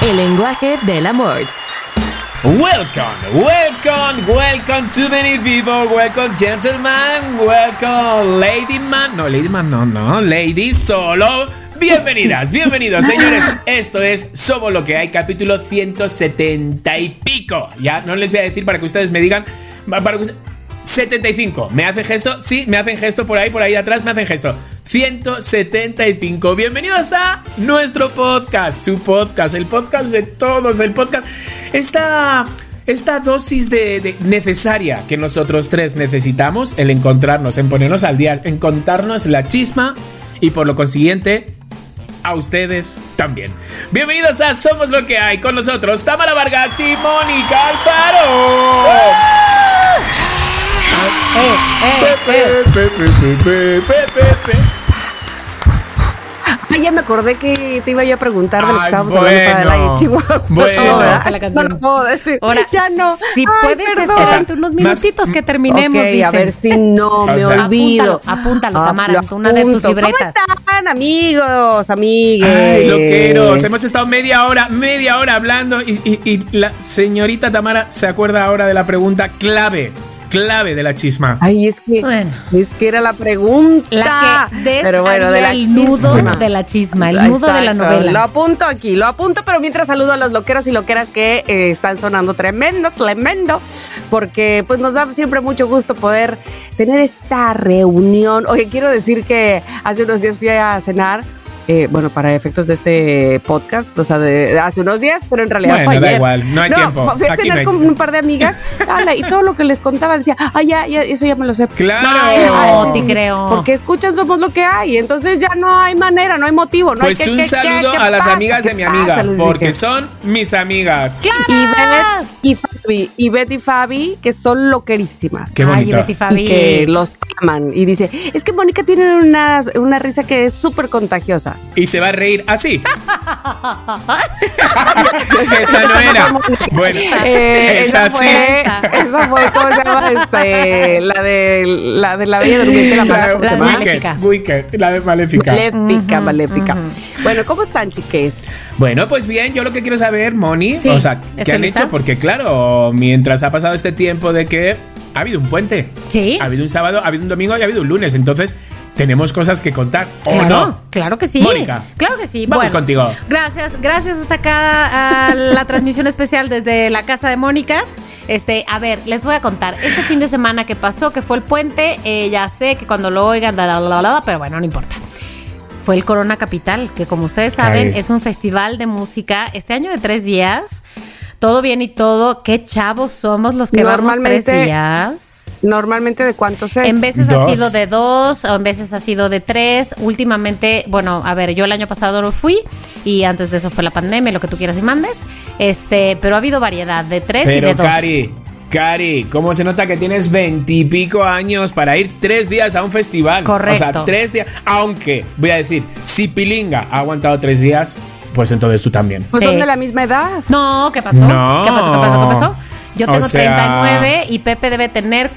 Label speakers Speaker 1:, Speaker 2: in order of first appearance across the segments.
Speaker 1: El lenguaje del amor.
Speaker 2: Welcome, welcome, welcome too many people, welcome gentlemen, welcome lady man, no lady man, no, no, lady solo. Bienvenidas, bienvenidos señores, esto es Somos lo que hay, capítulo 170 y pico. Ya no les voy a decir para que ustedes me digan, para que ustedes... 75. ¿Me hacen gesto? Sí, me hacen gesto por ahí, por ahí de atrás, me hacen gesto. 175. Bienvenidos a nuestro podcast, su podcast, el podcast de todos, el podcast. Esta, esta dosis de, de necesaria que nosotros tres necesitamos, el encontrarnos, en ponernos al día, en contarnos la chisma y por lo consiguiente a ustedes también. Bienvenidos a Somos lo que hay con nosotros, Tamara Vargas y Mónica Alfaro.
Speaker 3: Ay, ya me acordé que te iba yo a preguntar de lo que
Speaker 2: Ay,
Speaker 3: estábamos
Speaker 2: bueno.
Speaker 3: hablando para el aire, Chihuahua.
Speaker 2: Bueno.
Speaker 3: No,
Speaker 1: Ahora,
Speaker 3: ay,
Speaker 1: la
Speaker 3: no
Speaker 1: canción.
Speaker 3: lo puedo decir.
Speaker 1: Ahora,
Speaker 3: ya no.
Speaker 1: Si
Speaker 3: Ay,
Speaker 1: puedes
Speaker 3: perdón.
Speaker 1: esperarte unos
Speaker 2: más-
Speaker 1: minutitos que terminemos,
Speaker 3: Ok, a
Speaker 1: dicen.
Speaker 3: ver si no me
Speaker 2: sea,
Speaker 3: olvido.
Speaker 1: Apúntalo, apúntalo,
Speaker 3: Ah,
Speaker 1: Tamara,
Speaker 3: lo
Speaker 1: en tu- una de tus
Speaker 3: apunto.
Speaker 1: libretas.
Speaker 3: ¿Cómo están, amigos, amigues?
Speaker 2: Ay, loqueros, hemos estado media hora, media hora hablando y, y- y la señorita Tamara se acuerda ahora de la pregunta clave, clave de la chisma.
Speaker 3: Ay, es que,
Speaker 1: Bueno.
Speaker 3: es que era la pregunta.
Speaker 1: La que des
Speaker 3: pero bueno, de la
Speaker 1: el nudo
Speaker 3: chisma.
Speaker 1: de la chisma, el nudo de la
Speaker 3: Exacto,
Speaker 1: novela.
Speaker 3: Lo apunto aquí, lo apunto, pero mientras saludo a los loqueros y loqueras que eh, están sonando tremendo, tremendo, porque pues nos da siempre mucho gusto poder tener esta reunión. Oye, quiero decir que hace unos días fui a cenar. eh, bueno, para efectos de este podcast, o sea, de hace unos días, pero en realidad
Speaker 2: Bueno,
Speaker 3: fue
Speaker 2: da
Speaker 3: ayer.
Speaker 2: igual, no hay tiempo,
Speaker 3: Fui a
Speaker 2: aquí
Speaker 3: cenar
Speaker 2: no hay
Speaker 3: con
Speaker 2: tiempo.
Speaker 3: un par de amigas ala, y todo lo que les contaba decía, ah, ya, ya, eso ya me lo sé.
Speaker 2: Claro.
Speaker 1: Ay, no,
Speaker 3: sí,
Speaker 1: te
Speaker 3: sí, sí,
Speaker 1: creo.
Speaker 3: Porque escuchan somos lo que hay, entonces ya no hay manera, no hay motivo, no hay
Speaker 2: pues
Speaker 3: que-
Speaker 2: un
Speaker 3: que- que-
Speaker 2: saludo
Speaker 3: ¿qué
Speaker 2: a las
Speaker 3: pasa?
Speaker 2: amigas
Speaker 3: ¿Qué
Speaker 2: de mi
Speaker 3: pasa?
Speaker 2: amiga,
Speaker 3: Les
Speaker 2: porque
Speaker 3: dije.
Speaker 2: son mis amigas.
Speaker 3: y
Speaker 1: Ah.
Speaker 3: Beth y Fabi, y Betty y Fabi, que son loquerísimas.
Speaker 2: Qué
Speaker 1: Ay,
Speaker 2: bonito.
Speaker 1: Betty Fabi.
Speaker 3: Y que los aman. Y dice, es que Mónica tiene una, una risa que es súper contagiosa.
Speaker 2: Y se va a reír así. Esa no era. Bueno,
Speaker 3: Eh,
Speaker 2: es
Speaker 3: esa
Speaker 2: así.
Speaker 3: Fue, esa fue, ¿cómo se llama? Este, la, de, la de la bella durmiente, la mala, ¿cómo se
Speaker 1: La
Speaker 3: llama?
Speaker 1: Wicked.
Speaker 2: Wicked, Wicked, la de Maléfica.
Speaker 3: Maléfica, maléfica. Bueno, ¿cómo están, chiques?
Speaker 2: Bueno, pues bien, yo lo que quiero saber, Moni,
Speaker 1: Sí,
Speaker 2: o sea, ¿qué
Speaker 1: ¿estoy
Speaker 2: han
Speaker 1: lista?
Speaker 2: hecho? Porque claro, mientras ha pasado este tiempo de que ha habido un puente.
Speaker 1: Sí.
Speaker 2: Ha habido un sábado, ha habido un domingo y ha habido un lunes. Entonces, tenemos cosas que contar. ¿O
Speaker 1: Claro,
Speaker 2: no?
Speaker 1: claro que sí.
Speaker 2: Mónica.
Speaker 1: Claro que sí.
Speaker 2: Vamos contigo.
Speaker 1: Gracias, gracias hasta acá a la transmisión especial desde la casa de Mónica. Este, a ver, les voy a contar. Este fin de semana que pasó, que fue el puente, eh, ya sé que cuando lo oigan, da, da, da, da, da, pero bueno, no importa. Fue el Corona Capital, que como ustedes saben,
Speaker 2: Ay.
Speaker 1: es un festival de música este año de tres días. Todo bien y todo. Qué chavos somos los que vamos tres
Speaker 3: Normalmente-
Speaker 1: días.
Speaker 3: Normalmente, ¿de cuántos es?
Speaker 1: En veces
Speaker 2: Dos.
Speaker 1: ha sido de dos, o en veces ha sido de tres. Últimamente, bueno, a ver, yo el año pasado no fui y antes de eso fue la pandemia, lo que tú quieras y mandes. Este, pero ha habido variedad de tres y
Speaker 2: Pero,
Speaker 1: de dos.
Speaker 2: Cari, Cari, ¿cómo se nota que tienes veintipico años para ir tres días a un festival? O sea,
Speaker 1: Correcto.
Speaker 2: tres días. Aunque, voy a decir, si Pilinga ha aguantado tres días, pues entonces tú también.
Speaker 3: Pues
Speaker 1: Sí.
Speaker 3: son de la misma edad.
Speaker 1: No, ¿qué pasó?
Speaker 2: No.
Speaker 1: ¿Qué pasó? ¿Qué pasó? ¿Qué pasó? Yo
Speaker 2: O
Speaker 1: tengo
Speaker 2: sea-
Speaker 1: 39 y Pepe debe tener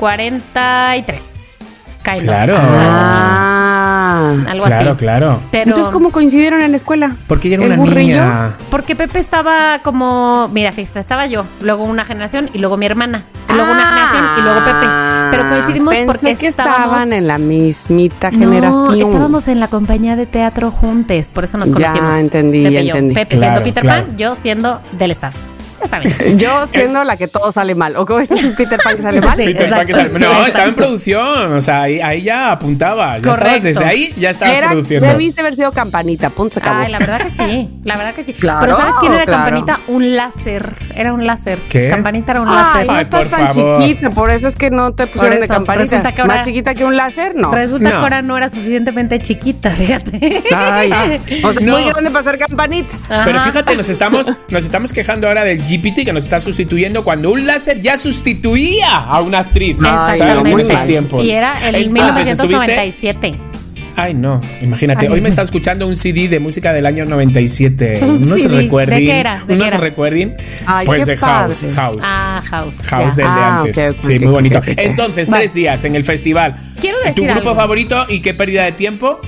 Speaker 1: 43. Kind of.
Speaker 2: Claro.
Speaker 1: Algo
Speaker 3: Ah.
Speaker 1: así. Algo
Speaker 2: claro,
Speaker 1: así.
Speaker 2: claro.
Speaker 1: Pero
Speaker 3: Entonces, ¿cómo coincidieron en la escuela?
Speaker 2: Porque ella era
Speaker 3: ¿El
Speaker 2: una
Speaker 3: burrillo?
Speaker 2: niña.
Speaker 1: Porque Pepe estaba como, mira, fiesta, estaba yo, luego una generación y luego mi hermana, y luego una generación y luego Pepe. Pero coincidimos
Speaker 3: Ah, Pensé
Speaker 1: porque
Speaker 3: que
Speaker 1: estábamos
Speaker 3: estaban en la mismita
Speaker 1: No,
Speaker 3: generación.
Speaker 1: estábamos en la compañía de teatro juntos, por eso nos
Speaker 3: Ya,
Speaker 1: conocimos.
Speaker 3: entendí,
Speaker 1: Pepe
Speaker 3: ya
Speaker 1: y yo.
Speaker 3: entendí.
Speaker 1: Pepe siendo
Speaker 2: Claro,
Speaker 1: Peter
Speaker 2: claro.
Speaker 1: Pan, yo siendo del staff. ya saben.
Speaker 3: Yo siendo la que todo sale mal. ¿O cómo es un Peter Pan que sale mal?
Speaker 1: Sí.
Speaker 2: Peter Pan que sale-
Speaker 1: exacto,
Speaker 2: no, estaba en
Speaker 1: exacto.
Speaker 2: producción. O sea, ahí, ahí ya apuntaba. Ya estabas
Speaker 1: Correcto.
Speaker 2: desde ahí, ya estabas
Speaker 3: Era,
Speaker 2: produciendo.
Speaker 3: debiste haber sido campanita, punto, se acabó.
Speaker 1: Ay, la verdad que sí, la verdad que sí.
Speaker 3: Claro,
Speaker 1: Pero ¿sabes quién era
Speaker 3: claro.
Speaker 1: Campanita? Un láser, era un láser.
Speaker 2: ¿Qué?
Speaker 1: Campanita era un
Speaker 3: Ay,
Speaker 1: láser.
Speaker 3: no
Speaker 2: Ay,
Speaker 3: estás
Speaker 2: por
Speaker 3: tan
Speaker 2: favor.
Speaker 3: chiquita, por eso es que no te pusieron de
Speaker 1: eso,
Speaker 3: campanita.
Speaker 1: resulta que ahora-
Speaker 3: Más chiquita que un láser, no.
Speaker 1: Resulta
Speaker 2: No.
Speaker 1: que ahora no era suficientemente chiquita, fíjate.
Speaker 3: Ay, Ah, o sea,
Speaker 2: No.
Speaker 3: muy grande para ser campanita.
Speaker 2: Pero
Speaker 1: Ajá.
Speaker 2: fíjate, nos estamos, nos estamos quejando ahora del GPT que nos está sustituyendo cuando un láser ya sustituía a una actriz.
Speaker 3: Ay,
Speaker 2: ¿sabes? En
Speaker 3: muy
Speaker 2: esos
Speaker 3: mal.
Speaker 2: tiempos.
Speaker 1: Y era el
Speaker 2: Entonces, estuviste-
Speaker 1: 1997.
Speaker 2: Ay, no, imagínate.
Speaker 1: Ay,
Speaker 2: Hoy
Speaker 1: Dios
Speaker 2: me
Speaker 1: mío.
Speaker 2: está escuchando un CD de música del año 97.
Speaker 1: Un
Speaker 2: no se
Speaker 1: CD, ¿de
Speaker 2: recuerden.
Speaker 1: qué era? ¿De
Speaker 2: no
Speaker 1: qué
Speaker 2: se
Speaker 1: era?
Speaker 2: recuerden.
Speaker 3: Ay,
Speaker 2: pues
Speaker 3: qué
Speaker 2: de House.
Speaker 3: padre.
Speaker 2: House.
Speaker 1: Ah, House. ya.
Speaker 2: House del de
Speaker 3: Ah,
Speaker 2: antes.
Speaker 3: ok, ok,
Speaker 2: sí,
Speaker 3: ok,
Speaker 2: muy bonito.
Speaker 3: ok, ok.
Speaker 2: Entonces,
Speaker 1: Vale.
Speaker 2: tres días en el festival.
Speaker 1: Quiero
Speaker 2: ¿Tu
Speaker 1: decir
Speaker 2: grupo
Speaker 1: algo.
Speaker 2: favorito y qué pérdida de tiempo?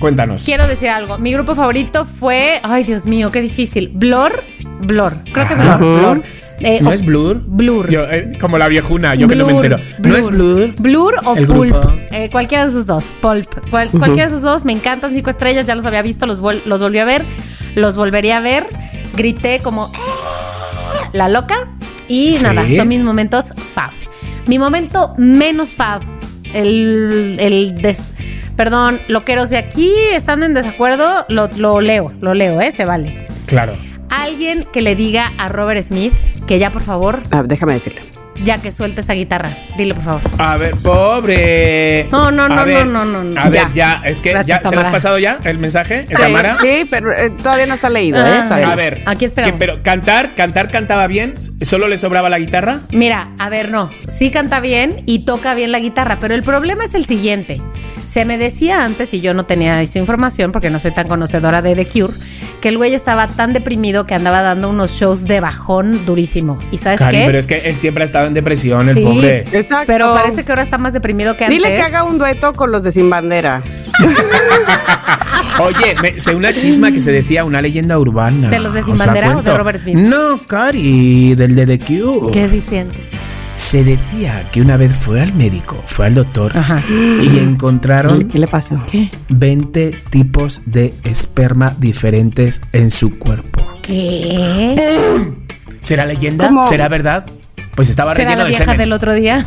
Speaker 2: Cuéntanos.
Speaker 1: Quiero decir algo. Mi grupo favorito fue. Ay, Dios mío, qué difícil. Blur. Blur. Creo que
Speaker 2: Ajá.
Speaker 1: Blur. Blur. Eh,
Speaker 2: ¿No
Speaker 1: o-
Speaker 2: es Blur?
Speaker 1: Blur.
Speaker 2: Yo, eh, como la viejuna, yo que no me
Speaker 1: Blur,
Speaker 2: entero. ¿No es Blur?
Speaker 1: Blur o
Speaker 2: El
Speaker 1: Pulp.
Speaker 2: grupo.
Speaker 1: Eh, cualquiera de esos dos. Pulp. Cual- Cualquiera de esos dos. Me encantan cinco estrellas. Ya los había visto. Los, vol- los volví a ver. Los volvería a ver. Grité como "¡Ah!", la loca. Y
Speaker 2: Sí.
Speaker 1: nada, son mis momentos fab. Mi momento menos fab. El, el des- perdón, loqueros de aquí están en desacuerdo. Lo, lo leo, lo leo, ¿eh? Se vale.
Speaker 2: Claro.
Speaker 1: Alguien que le diga a Robert Smith que ya, por favor,
Speaker 3: Ah, déjame decirle.
Speaker 1: ya que suelte esa guitarra. Dile, por favor.
Speaker 2: A ver, pobre.
Speaker 1: No, no,
Speaker 2: A
Speaker 1: no,
Speaker 2: ver,
Speaker 1: no, no, no, no.
Speaker 2: A ver,
Speaker 1: Ya.
Speaker 2: ya, es que
Speaker 1: Gracias,
Speaker 2: ya se lo has
Speaker 1: Tamara.
Speaker 2: pasado ya el mensaje, eh, Tamara.
Speaker 3: Sí, pero eh, todavía no está leído, ¿eh?
Speaker 1: Ah.
Speaker 3: Todavía no.
Speaker 2: A ver.
Speaker 1: Aquí esperamos.
Speaker 2: que- pero cantar, cantar cantaba bien, solo le sobraba la guitarra.
Speaker 1: Mira, a ver, no. Sí canta bien y toca bien la guitarra, pero el problema es el siguiente. Se me decía antes, y yo no tenía esa información porque no soy tan conocedora de The Cure, que el güey estaba tan deprimido que andaba dando unos shows de bajón durísimo. ¿Y sabes
Speaker 2: Cari,
Speaker 1: qué?
Speaker 2: pero es que él siempre ha estado en depresión, el
Speaker 1: Sí,
Speaker 2: pobre.
Speaker 3: Exacto.
Speaker 1: Pero parece que ahora está más deprimido que antes.
Speaker 3: Dile que haga un dueto con los de Sin Bandera.
Speaker 2: Oye, me- sé una chisma que se decía una leyenda urbana.
Speaker 1: ¿De los de Sin
Speaker 2: ¿Os la
Speaker 1: Bandera o de
Speaker 2: cuento?
Speaker 1: Robert Smith?
Speaker 2: No, Cari, del de The Cure.
Speaker 1: ¿Qué diciendo?
Speaker 2: Se decía que una vez fue al médico, fue al doctor,
Speaker 1: Ajá.
Speaker 2: y encontraron
Speaker 3: ¿Qué le pasó?
Speaker 2: 20 tipos de esperma diferentes en su cuerpo.
Speaker 1: ¿Qué?
Speaker 2: ¿Será leyenda?
Speaker 3: ¿Cómo?
Speaker 2: ¿Será verdad? Pues estaba
Speaker 1: ¿Será
Speaker 2: relleno
Speaker 1: la
Speaker 2: de
Speaker 1: vieja
Speaker 2: semen.
Speaker 1: del otro día?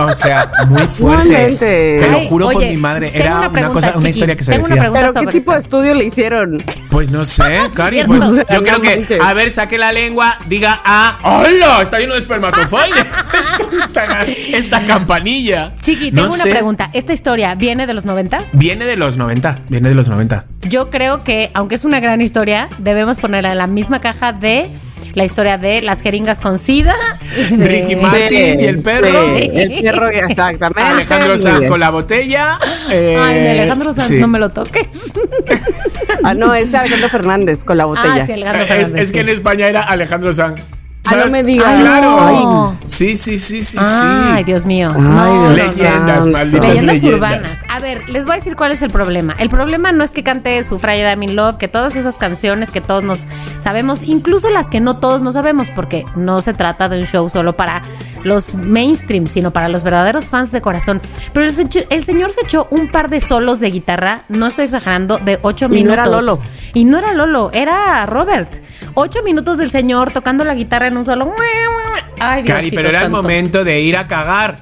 Speaker 2: O sea, muy fuerte.
Speaker 3: Igualmente.
Speaker 2: Te lo
Speaker 1: Ay,
Speaker 2: juro por
Speaker 1: oye,
Speaker 2: mi madre.
Speaker 1: tengo
Speaker 2: Era
Speaker 1: una
Speaker 2: una,
Speaker 1: pregunta,
Speaker 2: cosa, una
Speaker 1: Chiqui.
Speaker 2: historia que se
Speaker 1: Tengo una
Speaker 2: decía.
Speaker 1: pregunta.
Speaker 3: ¿Pero qué
Speaker 1: sobre
Speaker 3: tipo de
Speaker 1: esta.
Speaker 3: estudio le hicieron?
Speaker 2: Pues no sé, Cari.
Speaker 1: cierto.
Speaker 2: Pues,
Speaker 1: No,
Speaker 2: yo creo que.
Speaker 3: manches.
Speaker 2: A ver, saque la lengua, diga a. ¡Hola! Está lleno de espermatozoides. esta, esta campanilla.
Speaker 1: Chiqui,
Speaker 2: No
Speaker 1: tengo una
Speaker 2: sé.
Speaker 1: pregunta. ¿Esta historia viene de los 90?
Speaker 2: Viene de los 90. Viene de los 90.
Speaker 1: Yo creo que, aunque es una gran historia, debemos ponerla en la misma caja de la historia de las jeringas con sida. y de-
Speaker 2: Ricky Martin y el perro.
Speaker 3: Sí, el perro, exactamente.
Speaker 2: Alejandro Sanz
Speaker 3: Muy
Speaker 2: con
Speaker 3: bien.
Speaker 2: la botella. eh,
Speaker 1: Ay, de Alejandro Sanz,
Speaker 2: sí.
Speaker 1: no me lo toques.
Speaker 3: Ah, no, es Alejandro Fernández con la botella.
Speaker 1: Ah, sí, Alejandro
Speaker 2: Eh,
Speaker 1: Fernández.
Speaker 2: Es, es que en España era Alejandro Sanz.
Speaker 3: Ah, no me digas.
Speaker 2: Ah,
Speaker 3: Ay,
Speaker 2: Claro.
Speaker 1: no.
Speaker 2: Sí, sí, sí, sí, sí.
Speaker 1: Ay, Dios mío.
Speaker 3: Ay,
Speaker 1: No, no,
Speaker 3: Dios
Speaker 1: no.
Speaker 2: Leyendas,
Speaker 3: santo.
Speaker 2: malditas
Speaker 1: Leyendas,
Speaker 2: leyendas.
Speaker 1: urbanas. A ver, les voy a decir cuál es el problema. El problema no es que cante su Friday I'm in Love, que todas esas canciones que todos nos sabemos, incluso las que no todos no sabemos, porque no se trata de un show solo para los mainstream, sino para los verdaderos fans de corazón. Pero el, se- el señor se echó un par de solos de guitarra, no estoy exagerando, de ocho
Speaker 3: Y no
Speaker 1: minutos.
Speaker 3: era Lolo.
Speaker 1: Y no era Lolo, era Robert. Ocho minutos del señor tocando la guitarra en un solo. Ay, Dios
Speaker 2: Cari, pero era el momento de ir a cagar.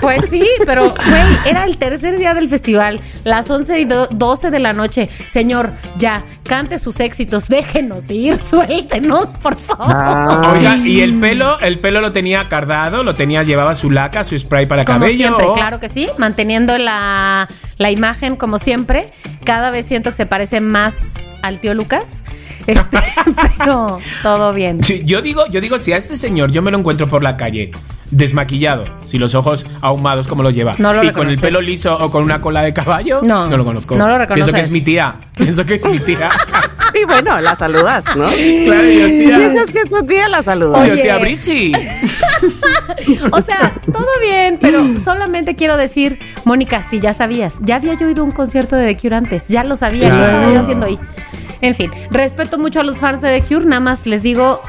Speaker 1: pues sí, pero, güey, era el tercer día del festival, las 11 y do- 12 de la noche. Señor, ya, cante sus éxitos, déjenos ir, suéltenos, por favor.
Speaker 3: Ah.
Speaker 2: Oiga, y el pelo, el pelo lo tenía cardado, lo tenía, llevaba su laca, su spray para
Speaker 1: Como
Speaker 2: cabello.
Speaker 1: siempre, claro que sí, manteniendo la, la imagen como siempre. Cada vez siento que se parece más al tío Lucas. Este, pero todo bien.
Speaker 2: Sí, yo digo, yo digo, si a este señor yo me lo encuentro por la calle, desmaquillado, si los ojos ahumados como los lleva,
Speaker 1: No lo
Speaker 2: y con el
Speaker 1: reconoces.
Speaker 2: pelo liso o con una cola de caballo,
Speaker 1: No,
Speaker 2: lo conozco.
Speaker 1: no lo
Speaker 2: Pienso que
Speaker 1: reconoces.
Speaker 2: es mi tía. Pienso que es mi tía.
Speaker 3: Y bueno, la saludas, ¿no?
Speaker 2: claro, yo tía.
Speaker 3: Piensas que es tu tía, la saludas.
Speaker 2: Yo
Speaker 1: Oye.
Speaker 2: tía Brigi.
Speaker 1: O sea, todo bien, pero solamente quiero decir, Mónica, si ya sabías, ya había yo ido a un concierto de The Cure antes, ya lo sabía, ¿qué
Speaker 2: Claro.
Speaker 1: estaba yo haciendo ahí? En fin, respeto mucho a los fans de The Cure, nada más les digo,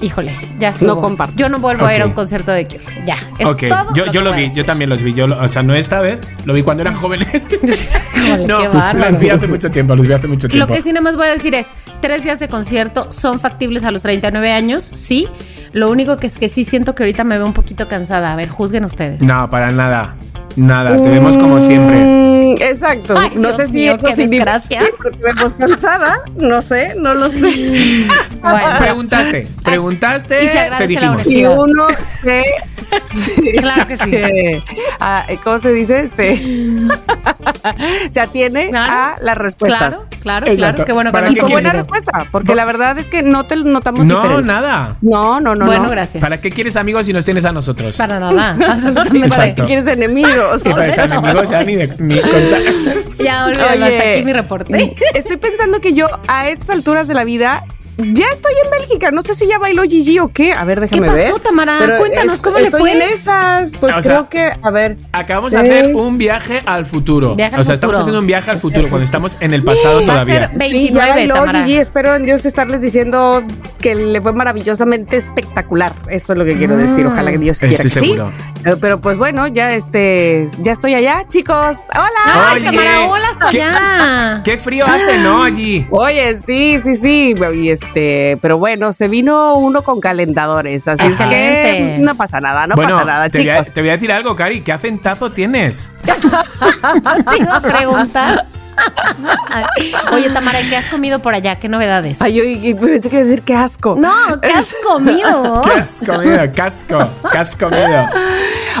Speaker 1: híjole, ya estuvo.
Speaker 3: No comparto.
Speaker 1: Yo no vuelvo a ir a un
Speaker 2: Ok.
Speaker 1: concierto de Cure. Ya. Es
Speaker 2: ok,
Speaker 1: todo lo
Speaker 2: yo, yo
Speaker 1: que
Speaker 2: lo
Speaker 1: puedo
Speaker 2: vi,
Speaker 1: decir.
Speaker 2: yo también los vi. Yo lo- o sea, no esta vez, lo vi cuando eran jóvenes.
Speaker 1: Híjole, qué
Speaker 2: no,
Speaker 1: bárbaro.
Speaker 2: los vi hace mucho tiempo, los vi hace mucho
Speaker 1: Lo
Speaker 2: tiempo.
Speaker 1: que sí nada más voy a decir es, tres días de concierto son factibles a los 39 años, sí. Lo único que es que sí siento que ahorita me veo un poquito cansada. A ver, juzguen ustedes.
Speaker 2: No, para nada. Nada, te vemos pues, como siempre.
Speaker 3: Mm, Exacto.
Speaker 1: Ay,
Speaker 3: no
Speaker 1: Dios
Speaker 3: sé si
Speaker 1: mío,
Speaker 3: eso
Speaker 1: qué
Speaker 3: significa.
Speaker 1: desgracia.
Speaker 3: Siempre te vemos cansada. No sé, no lo sé.
Speaker 1: Bueno,
Speaker 2: Preguntaste, preguntaste,
Speaker 1: Y se agradece
Speaker 2: te
Speaker 1: la
Speaker 2: dijimos.
Speaker 1: honestidad.
Speaker 3: Si uno se. se
Speaker 1: Claro que sí.
Speaker 3: hace- ah, ¿Cómo se dice? Este. se atiene
Speaker 1: Claro.
Speaker 3: a las respuestas.
Speaker 1: claro, claro, claro.
Speaker 2: Exacto.
Speaker 1: Qué bueno que
Speaker 2: ¿Para
Speaker 1: no
Speaker 3: Y
Speaker 2: qué
Speaker 3: fue
Speaker 1: estuvo.
Speaker 3: buena
Speaker 2: quieres?
Speaker 3: respuesta, porque la verdad es que no te notamos
Speaker 2: No,
Speaker 3: diferente.
Speaker 2: nada.
Speaker 3: No, no, no.
Speaker 1: Bueno,
Speaker 3: no.
Speaker 1: gracias.
Speaker 2: ¿Para qué quieres amigos si nos tienes a nosotros?
Speaker 1: Para nada, absolutamente.
Speaker 2: Exacto.
Speaker 3: Quieres enemigos.
Speaker 2: Y para ser
Speaker 1: No,
Speaker 2: amigos ya
Speaker 1: no.
Speaker 2: ni de ni contar.
Speaker 1: Ya olvídalo,
Speaker 3: Oye,
Speaker 1: hasta aquí mi reporte.
Speaker 3: Estoy pensando que yo a estas alturas de la vida ya estoy en Bélgica. No sé si ya bailó Gigi o qué. A ver, déjame
Speaker 1: pasó,
Speaker 3: ver.
Speaker 1: Tamara? Cuéntanos, ¿cómo le
Speaker 3: estoy
Speaker 1: fue?
Speaker 3: en esas. Pues
Speaker 2: Ah, O
Speaker 3: creo
Speaker 2: sea,
Speaker 3: que, a ver.
Speaker 2: Acabamos
Speaker 3: Sí.
Speaker 2: de hacer un viaje al futuro.
Speaker 1: Viaje al
Speaker 2: o sea,
Speaker 1: futuro.
Speaker 2: estamos haciendo un viaje al futuro cuando estamos en el pasado
Speaker 1: Va a
Speaker 2: todavía.
Speaker 1: ser-
Speaker 3: Sí, ya
Speaker 1: 29,
Speaker 3: bailó
Speaker 1: Tamara.
Speaker 3: Gigi. Espero en Dios estarles diciendo que le fue maravillosamente espectacular. Eso es lo que
Speaker 1: Ah.
Speaker 3: quiero decir. Ojalá que Dios quiera.
Speaker 2: Estoy
Speaker 3: que sí.
Speaker 2: seguro.
Speaker 3: Eh, Pero pues bueno, ya este, ya estoy allá, chicos. Hola.
Speaker 1: Ay,
Speaker 2: Oye,
Speaker 1: Tamara, hola hasta
Speaker 2: ¿qué-
Speaker 1: allá.
Speaker 2: Qué frío hace, ¿no? Allí.
Speaker 3: Oye, sí, sí, sí. Y este, pero bueno, se vino uno con calentadores, así es que
Speaker 1: Excelente.
Speaker 3: no pasa nada, no
Speaker 2: bueno,
Speaker 3: pasa nada,
Speaker 2: te voy, a,
Speaker 3: chicos.
Speaker 2: te voy a decir algo, Cari. ¿Qué acentazo tienes?
Speaker 1: Te iba a preguntar. Oye, Tamara, ¿qué has comido por allá? ¿Qué novedades?
Speaker 3: Ay, yo y- y pensé que iba a decir qué asco.
Speaker 1: no, ¿qué has comido?
Speaker 2: ¿Qué has comido? Casco, casco comido.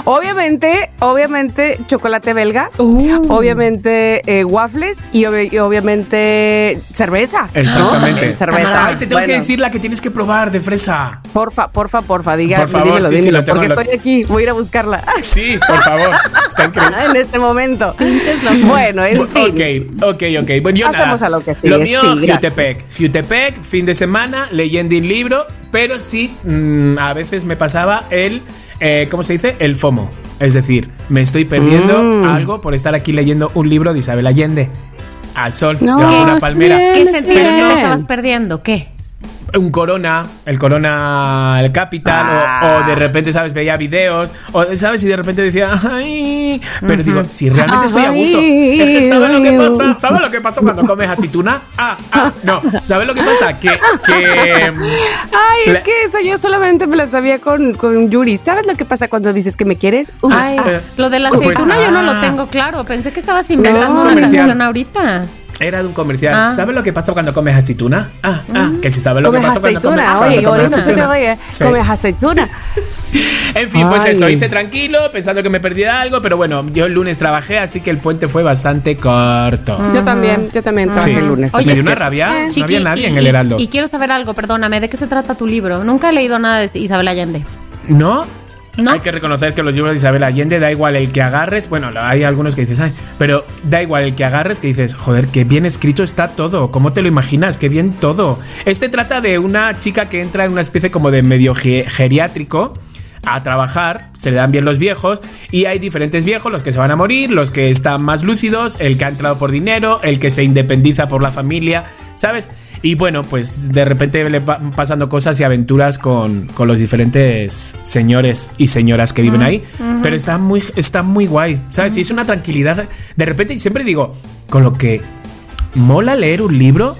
Speaker 3: Obviamente, obviamente, chocolate belga,
Speaker 1: Uh.
Speaker 3: obviamente eh, waffles y, obvi- y obviamente cerveza.
Speaker 2: Exactamente.
Speaker 3: ¿No? Cerveza.
Speaker 2: Ay, te tengo que
Speaker 3: Bueno.
Speaker 2: decir la que tienes que probar de fresa.
Speaker 3: Porfa, porfa, porfa, diga,
Speaker 2: Por favor,
Speaker 3: dímelo,
Speaker 2: sí, sí,
Speaker 3: dímelo,
Speaker 2: lo tengo,
Speaker 3: porque
Speaker 2: lo-
Speaker 3: estoy aquí, voy a ir a buscarla
Speaker 2: Sí, por favor. Está increíble.
Speaker 3: en este momento. Bueno, en fin.
Speaker 2: Ok, ok, ok. Bueno, yo
Speaker 3: Pasamos
Speaker 2: nada.
Speaker 3: a lo que sigue,
Speaker 2: Lo mío,
Speaker 3: sí, gracias.
Speaker 2: Fiutepec. Fiutepec, fin de semana, leyendo un libro, pero sí, mm, a veces me pasaba el, eh, ¿cómo se dice? El FOMO. Es decir, me estoy perdiendo
Speaker 3: Mm.
Speaker 2: algo por estar aquí leyendo un libro de Isabel Allende. Al sol,
Speaker 3: No,
Speaker 2: debajo de una
Speaker 3: está
Speaker 2: palmera.
Speaker 3: bien.
Speaker 1: ¿Qué sentías que
Speaker 3: Bien.
Speaker 1: te estabas perdiendo? ¿Qué?
Speaker 2: un corona, el corona, el capital, o-
Speaker 3: Ah.
Speaker 2: o, de repente, ¿sabes? Veía videos, o, ¿sabes? Y de repente decía, ¡ay! Pero digo, si realmente estoy a gusto.
Speaker 3: Ay.
Speaker 2: Es que ¿sabes lo que pasa? ¿Sabes lo que pasa cuando comes aceituna? Ah, ah, no. ¿Sabes lo que pasa? Que, que, mm,
Speaker 3: Ay, es
Speaker 2: La-
Speaker 3: que esa yo solamente me la sabía con, con Yuri. ¿Sabes lo que pasa cuando dices que me quieres? Uh,
Speaker 1: Ay,
Speaker 2: eh,
Speaker 1: lo de la
Speaker 2: pues,
Speaker 1: aceituna yo no lo
Speaker 2: ah.
Speaker 1: tengo claro. Pensé que estabas
Speaker 2: Era un
Speaker 1: inventando una
Speaker 2: comercial.
Speaker 1: canción ahorita.
Speaker 2: era de un comercial.
Speaker 1: Ah.
Speaker 2: ¿Sabes lo que pasa cuando comes aceituna? Ah, ah. Que si sabes lo que
Speaker 3: Mm. comes
Speaker 2: pasa cuando comes,
Speaker 3: aceituna.
Speaker 2: cuando
Speaker 3: Oye,
Speaker 2: comes
Speaker 3: ahorita se te
Speaker 2: aceituna.
Speaker 3: oye.
Speaker 2: Sí.
Speaker 3: Comes aceituna.
Speaker 2: En fin, pues
Speaker 3: Ay.
Speaker 2: eso, hice tranquilo, pensando que me perdía algo, pero bueno, yo el lunes trabajé, así que el puente fue bastante corto.
Speaker 3: Yo también, yo también trabajé el lunes.
Speaker 1: Oye,
Speaker 2: me dio una rabia.
Speaker 1: Chiqui,
Speaker 2: no había nadie
Speaker 1: y-
Speaker 2: en el
Speaker 1: y-
Speaker 2: Heraldo.
Speaker 1: Y, quiero saber algo, perdóname, ¿de qué se trata tu libro? Nunca he leído nada de Isabel Allende.
Speaker 2: ¿No?
Speaker 1: ¿No?
Speaker 2: Hay que reconocer que los libros de Isabel Allende da igual el que agarres. Bueno, lo- hay algunos que dices, ay, pero da igual el que agarres que dices, joder, qué bien escrito está todo. ¿Cómo te lo imaginas? Qué bien todo. Este trata de una chica que entra en una especie como de medio ge- geriátrico a trabajar, se le dan bien los viejos y hay diferentes viejos, los que se van a morir, los que están más lúcidos, el que ha entrado por dinero, el que se independiza por la familia, ¿sabes? Y bueno, pues de repente le van pasando cosas y aventuras con, con los diferentes señores y señoras que
Speaker 3: Ah,
Speaker 2: viven ahí, pero está muy, está muy guay, ¿sabes? Y es una tranquilidad, de repente y siempre digo, con lo que mola leer un libro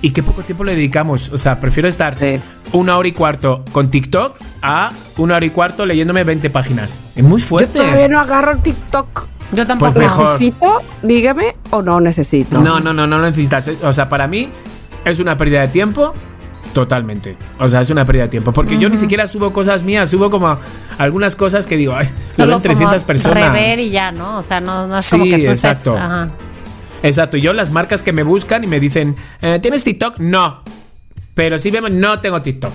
Speaker 2: y qué poco tiempo le dedicamos. O sea, prefiero estar
Speaker 3: Sí.
Speaker 2: una hora y cuarto con TikTok a una hora y cuarto leyéndome 20 páginas. Es muy
Speaker 3: Yo todavía
Speaker 2: fuerte.
Speaker 3: no agarro el TikTok.
Speaker 1: Yo tampoco.
Speaker 2: Pues mejor.
Speaker 3: ¿Necesito? Dígame o no necesito.
Speaker 2: No, no, no, no lo necesitas. O sea, para mí es una pérdida de tiempo. Totalmente. O sea, es una pérdida de tiempo. Porque yo ni siquiera subo cosas mías, subo como algunas cosas que digo, ay, lo
Speaker 1: Solo
Speaker 2: ven 300
Speaker 1: como
Speaker 2: personas.
Speaker 1: Rever y ya, ¿no? O sea, no, no es
Speaker 2: Sí,
Speaker 1: como que tú estés-
Speaker 2: exacto.
Speaker 1: ajá.
Speaker 2: Exacto, y yo las marcas que me buscan y me dicen, eh, ¿tienes TikTok? No. Pero si vemos, no tengo TikTok.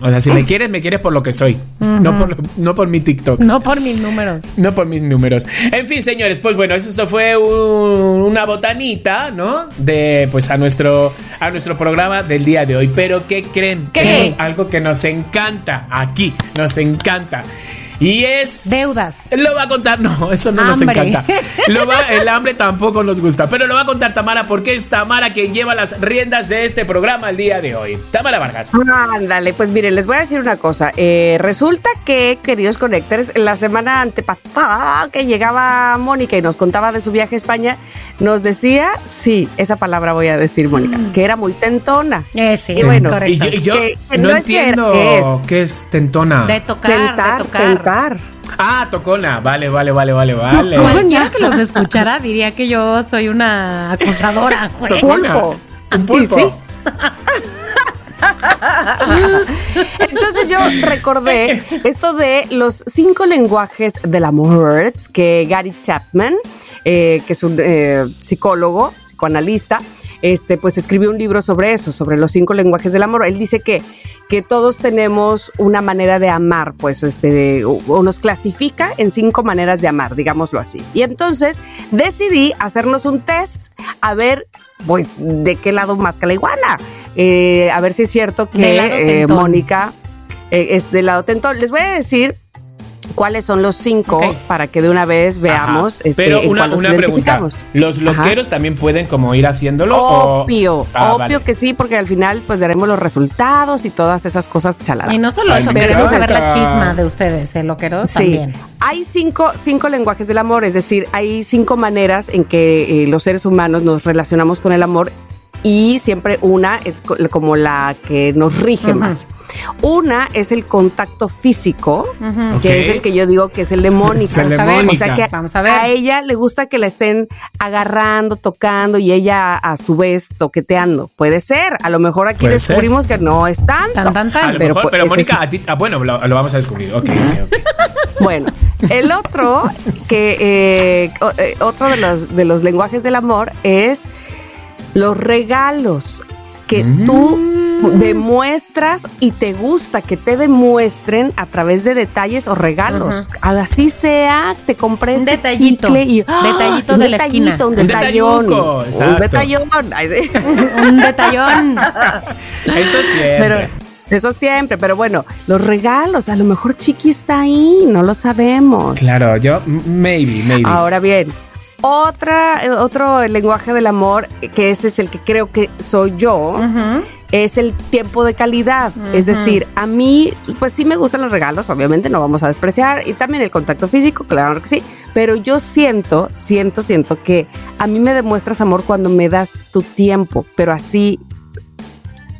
Speaker 2: O sea, si
Speaker 1: Ah.
Speaker 2: me quieres, me quieres por lo que soy. no, por, lo- no por mi TikTok.
Speaker 1: No por mis números.
Speaker 2: No por mis números. En fin, señores, pues bueno, eso esto fue un- una botanita, ¿no? De pues a nuestro a nuestro programa del día de hoy. Pero ¿qué creen?
Speaker 1: ¿Qué?
Speaker 2: Tenemos algo que nos encanta aquí, nos encanta. Y es.
Speaker 1: Deudas.
Speaker 2: Lo va a contar. No, eso no nos
Speaker 1: Hambre.
Speaker 2: encanta. Lo va- el hambre tampoco nos gusta. Pero lo va a contar Tamara porque es Tamara quien lleva las riendas de este programa el día de hoy. Tamara Vargas.
Speaker 3: Ándale, pues miren, les voy a decir una cosa. Eh, resulta que, queridos conectores, la semana antepasada que llegaba Mónica y nos contaba de su viaje a España, nos decía, sí, esa palabra voy a decir, Mónica,
Speaker 1: Mm.
Speaker 3: que era muy tentona.
Speaker 1: Eh, sí,
Speaker 3: Y bueno,
Speaker 2: Y
Speaker 1: correcto.
Speaker 2: yo, y yo
Speaker 3: Que- que
Speaker 2: no,
Speaker 3: no es que-
Speaker 2: entiendo
Speaker 3: que
Speaker 2: qué
Speaker 3: es.
Speaker 2: es, tentona.
Speaker 1: de tocar, de tocar.
Speaker 3: tentar.
Speaker 2: Ah, tocona. Vale, vale, vale, vale, vale.
Speaker 1: Cualquiera que los escuchara diría que yo soy una acusadora. güey.
Speaker 2: Tocona.
Speaker 3: Pulpo.
Speaker 2: Un
Speaker 3: Y
Speaker 2: pulpo.
Speaker 3: sí. Entonces yo recordé esto de los cinco lenguajes del amor que Gary Chapman, eh, que es un eh, psicólogo, psicoanalista, este, pues escribió un libro sobre eso, sobre los cinco lenguajes del amor. Él dice que, que todos tenemos una manera de amar, pues, este, de- o- o nos clasifica en cinco maneras de amar, digámoslo así. Y entonces decidí hacernos un test a ver, pues, de qué lado más que la iguana. Eh, a ver si es cierto
Speaker 1: Del
Speaker 3: que
Speaker 1: lado
Speaker 3: eh,
Speaker 1: tentón.
Speaker 3: Mónica eh, es del lado tentón. Les voy a decir cuáles son los cinco
Speaker 2: Ok.
Speaker 3: para que de una vez
Speaker 2: Ajá.
Speaker 3: veamos. este,
Speaker 2: Pero
Speaker 3: en
Speaker 2: una,
Speaker 3: cuál nos
Speaker 2: una pregunta.
Speaker 3: identificamos.
Speaker 2: ¿Los
Speaker 3: Ajá.
Speaker 2: loqueros también pueden como ir haciéndolo? o-
Speaker 3: Obvio,
Speaker 2: Ah,
Speaker 3: obvio
Speaker 2: vale.
Speaker 3: que sí, porque al final pues daremos los resultados y todas esas cosas chaladas.
Speaker 1: Y no solo
Speaker 2: Ay,
Speaker 1: eso,
Speaker 2: me
Speaker 1: queremos saber la
Speaker 2: encanta.
Speaker 1: chisma de ustedes, ¿eh, loqueros? También.
Speaker 3: Hay cinco, cinco lenguajes del amor, es decir, hay cinco maneras en que eh, los seres humanos nos relacionamos con el amor y siempre una es co- como la que nos rige
Speaker 1: Ujú.
Speaker 3: más. Una es el contacto físico,
Speaker 1: Ujú.
Speaker 3: que es
Speaker 2: Ok.
Speaker 3: el que yo digo que es el de Mónica.
Speaker 2: el de
Speaker 3: Vamos a ver.
Speaker 2: Mónica.
Speaker 3: O sea que
Speaker 1: Vamos a ver.
Speaker 3: ella le gusta que la estén agarrando, tocando y ella a su vez toqueteando. Puede ser, a lo mejor aquí
Speaker 2: Puede ser.
Speaker 3: descubrimos que no es tanto.
Speaker 1: Tan, tan, tan.
Speaker 2: A lo
Speaker 3: Pero,
Speaker 2: mejor,
Speaker 3: pues,
Speaker 2: pero
Speaker 3: ese
Speaker 2: Mónica,
Speaker 3: sí.
Speaker 2: a ti. ah, bueno, lo, lo vamos a descubrir. Ok, ok, ok.
Speaker 3: Bueno, el otro que eh, o- eh, otro de los de los lenguajes del amor es los regalos que
Speaker 2: Mm.
Speaker 3: tú demuestras y te gusta que te demuestren a través de detalles o regalos. Así sea, te compré
Speaker 1: Un
Speaker 3: este
Speaker 1: detallito,
Speaker 3: chicle y ¡ah!
Speaker 1: detallito
Speaker 3: un
Speaker 1: de la
Speaker 3: detallito,
Speaker 1: esquina.
Speaker 3: un
Speaker 2: Un
Speaker 3: detallón,
Speaker 2: detalluco, exacto.
Speaker 3: un detallón. Ay, sí.
Speaker 1: Un detallón.
Speaker 2: Eso siempre.
Speaker 3: Pero eso siempre, pero bueno, los regalos, a lo mejor Chiqui está ahí, no lo sabemos.
Speaker 2: claro, yo. m- Maybe, maybe.
Speaker 3: Ahora bien, otra, eh, otro lenguaje del amor, eh, que ese es el que creo que soy yo,
Speaker 1: Ujú.
Speaker 3: es el tiempo de calidad. Es decir, a mí, pues sí me gustan los regalos, obviamente no vamos a despreciar, y también el contacto físico, claro que sí, pero yo siento, siento, siento que a mí me demuestras amor cuando me das tu tiempo, pero así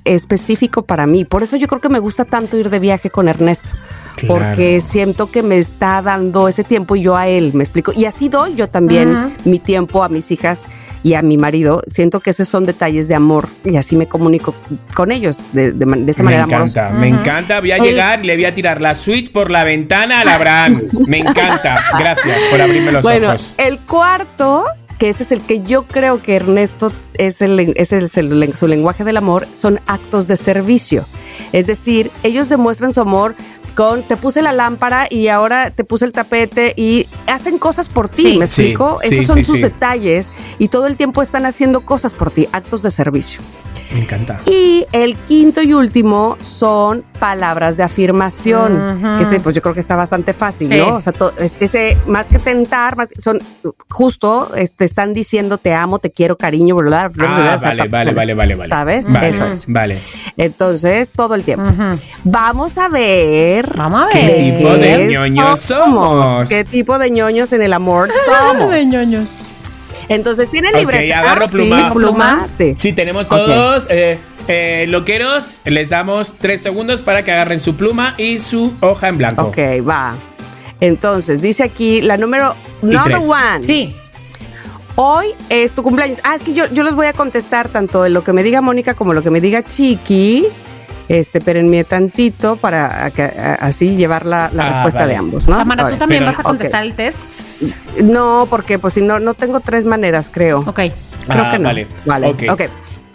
Speaker 3: específico para mí. Por eso yo creo que me gusta tanto ir de viaje con Ernesto.
Speaker 2: Claro.
Speaker 3: Porque siento que me está dando ese tiempo y yo a él, me explico. Y así doy yo también
Speaker 1: Ujú.
Speaker 3: mi tiempo a mis hijas y a mi marido. Siento que esos son detalles de amor y así me comunico con ellos de, de man- de esa
Speaker 2: me
Speaker 3: manera
Speaker 2: encanta,
Speaker 3: amorosa.
Speaker 2: me encanta. Voy a llegar y le voy a tirar la Switch por la ventana a Abraham. Me encanta. Gracias por abrirme los
Speaker 3: Bueno,
Speaker 2: ojos.
Speaker 3: el cuarto, que ese es el que yo creo que Ernesto es, el, es el- es el- su lenguaje del amor, son actos de servicio. Es decir, ellos demuestran su amor con te puse la lámpara y ahora te puse el tapete y hacen cosas por ti,
Speaker 1: Sí.
Speaker 3: ¿me
Speaker 2: Sí,
Speaker 3: explico?
Speaker 2: sí,
Speaker 3: Esos son
Speaker 2: sí,
Speaker 3: sus
Speaker 2: sí.
Speaker 3: detalles y todo el tiempo están haciendo cosas por ti, actos de servicio.
Speaker 2: Me encanta.
Speaker 3: Y el quinto y último son palabras de afirmación.
Speaker 1: Ujú.
Speaker 3: Ese, pues yo creo que está bastante fácil,
Speaker 1: Sí.
Speaker 3: ¿no? O sea, to- es- ese, más que tentar, más, son justo, es- te están diciendo te amo, te quiero, cariño, bla, bla, bla, bla, bla,
Speaker 2: Ah,
Speaker 3: o sea,
Speaker 2: vale,
Speaker 3: pa-
Speaker 2: vale, vale, vale, vale.
Speaker 3: ¿Sabes?
Speaker 2: Vale,
Speaker 3: Eso es.
Speaker 2: Vale.
Speaker 3: Entonces, todo el tiempo.
Speaker 1: Ujú.
Speaker 3: Vamos a ver.
Speaker 1: Vamos a
Speaker 2: ¿Qué
Speaker 1: ver.
Speaker 2: tipo de
Speaker 3: qué
Speaker 2: ñoños somos?
Speaker 3: ¿Qué tipo de ñoños en el amor somos?
Speaker 1: De ñoños.
Speaker 3: Entonces, tiene
Speaker 2: Ok,
Speaker 3: libreta.
Speaker 2: agarro
Speaker 3: Sí,
Speaker 2: pluma.
Speaker 3: pluma, sí.
Speaker 2: Sí, tenemos
Speaker 3: Ok.
Speaker 2: todos. eh, eh, loqueros, les damos tres segundos para que agarren su pluma y su hoja en blanco.
Speaker 3: Ok, va. Entonces, dice aquí la número number
Speaker 2: tres.
Speaker 3: one.
Speaker 1: Sí.
Speaker 3: Hoy es tu cumpleaños. Ah, es que yo, yo los voy a contestar tanto de lo que me diga Mónica como lo que me diga Chiqui. Este, espérenme tantito para que- a- así llevar la, la
Speaker 2: Ah,
Speaker 3: respuesta
Speaker 2: vale.
Speaker 3: de ambos, ¿no?
Speaker 1: Tamara, ¿tú
Speaker 3: Vale.
Speaker 1: también
Speaker 2: Pero-
Speaker 1: vas a contestar el test?
Speaker 3: No, porque pues si no, no tengo tres maneras, creo.
Speaker 1: Ok.
Speaker 3: Creo
Speaker 2: Ah,
Speaker 3: que no.
Speaker 2: vale.
Speaker 3: Vale.
Speaker 2: Ok.
Speaker 3: ok.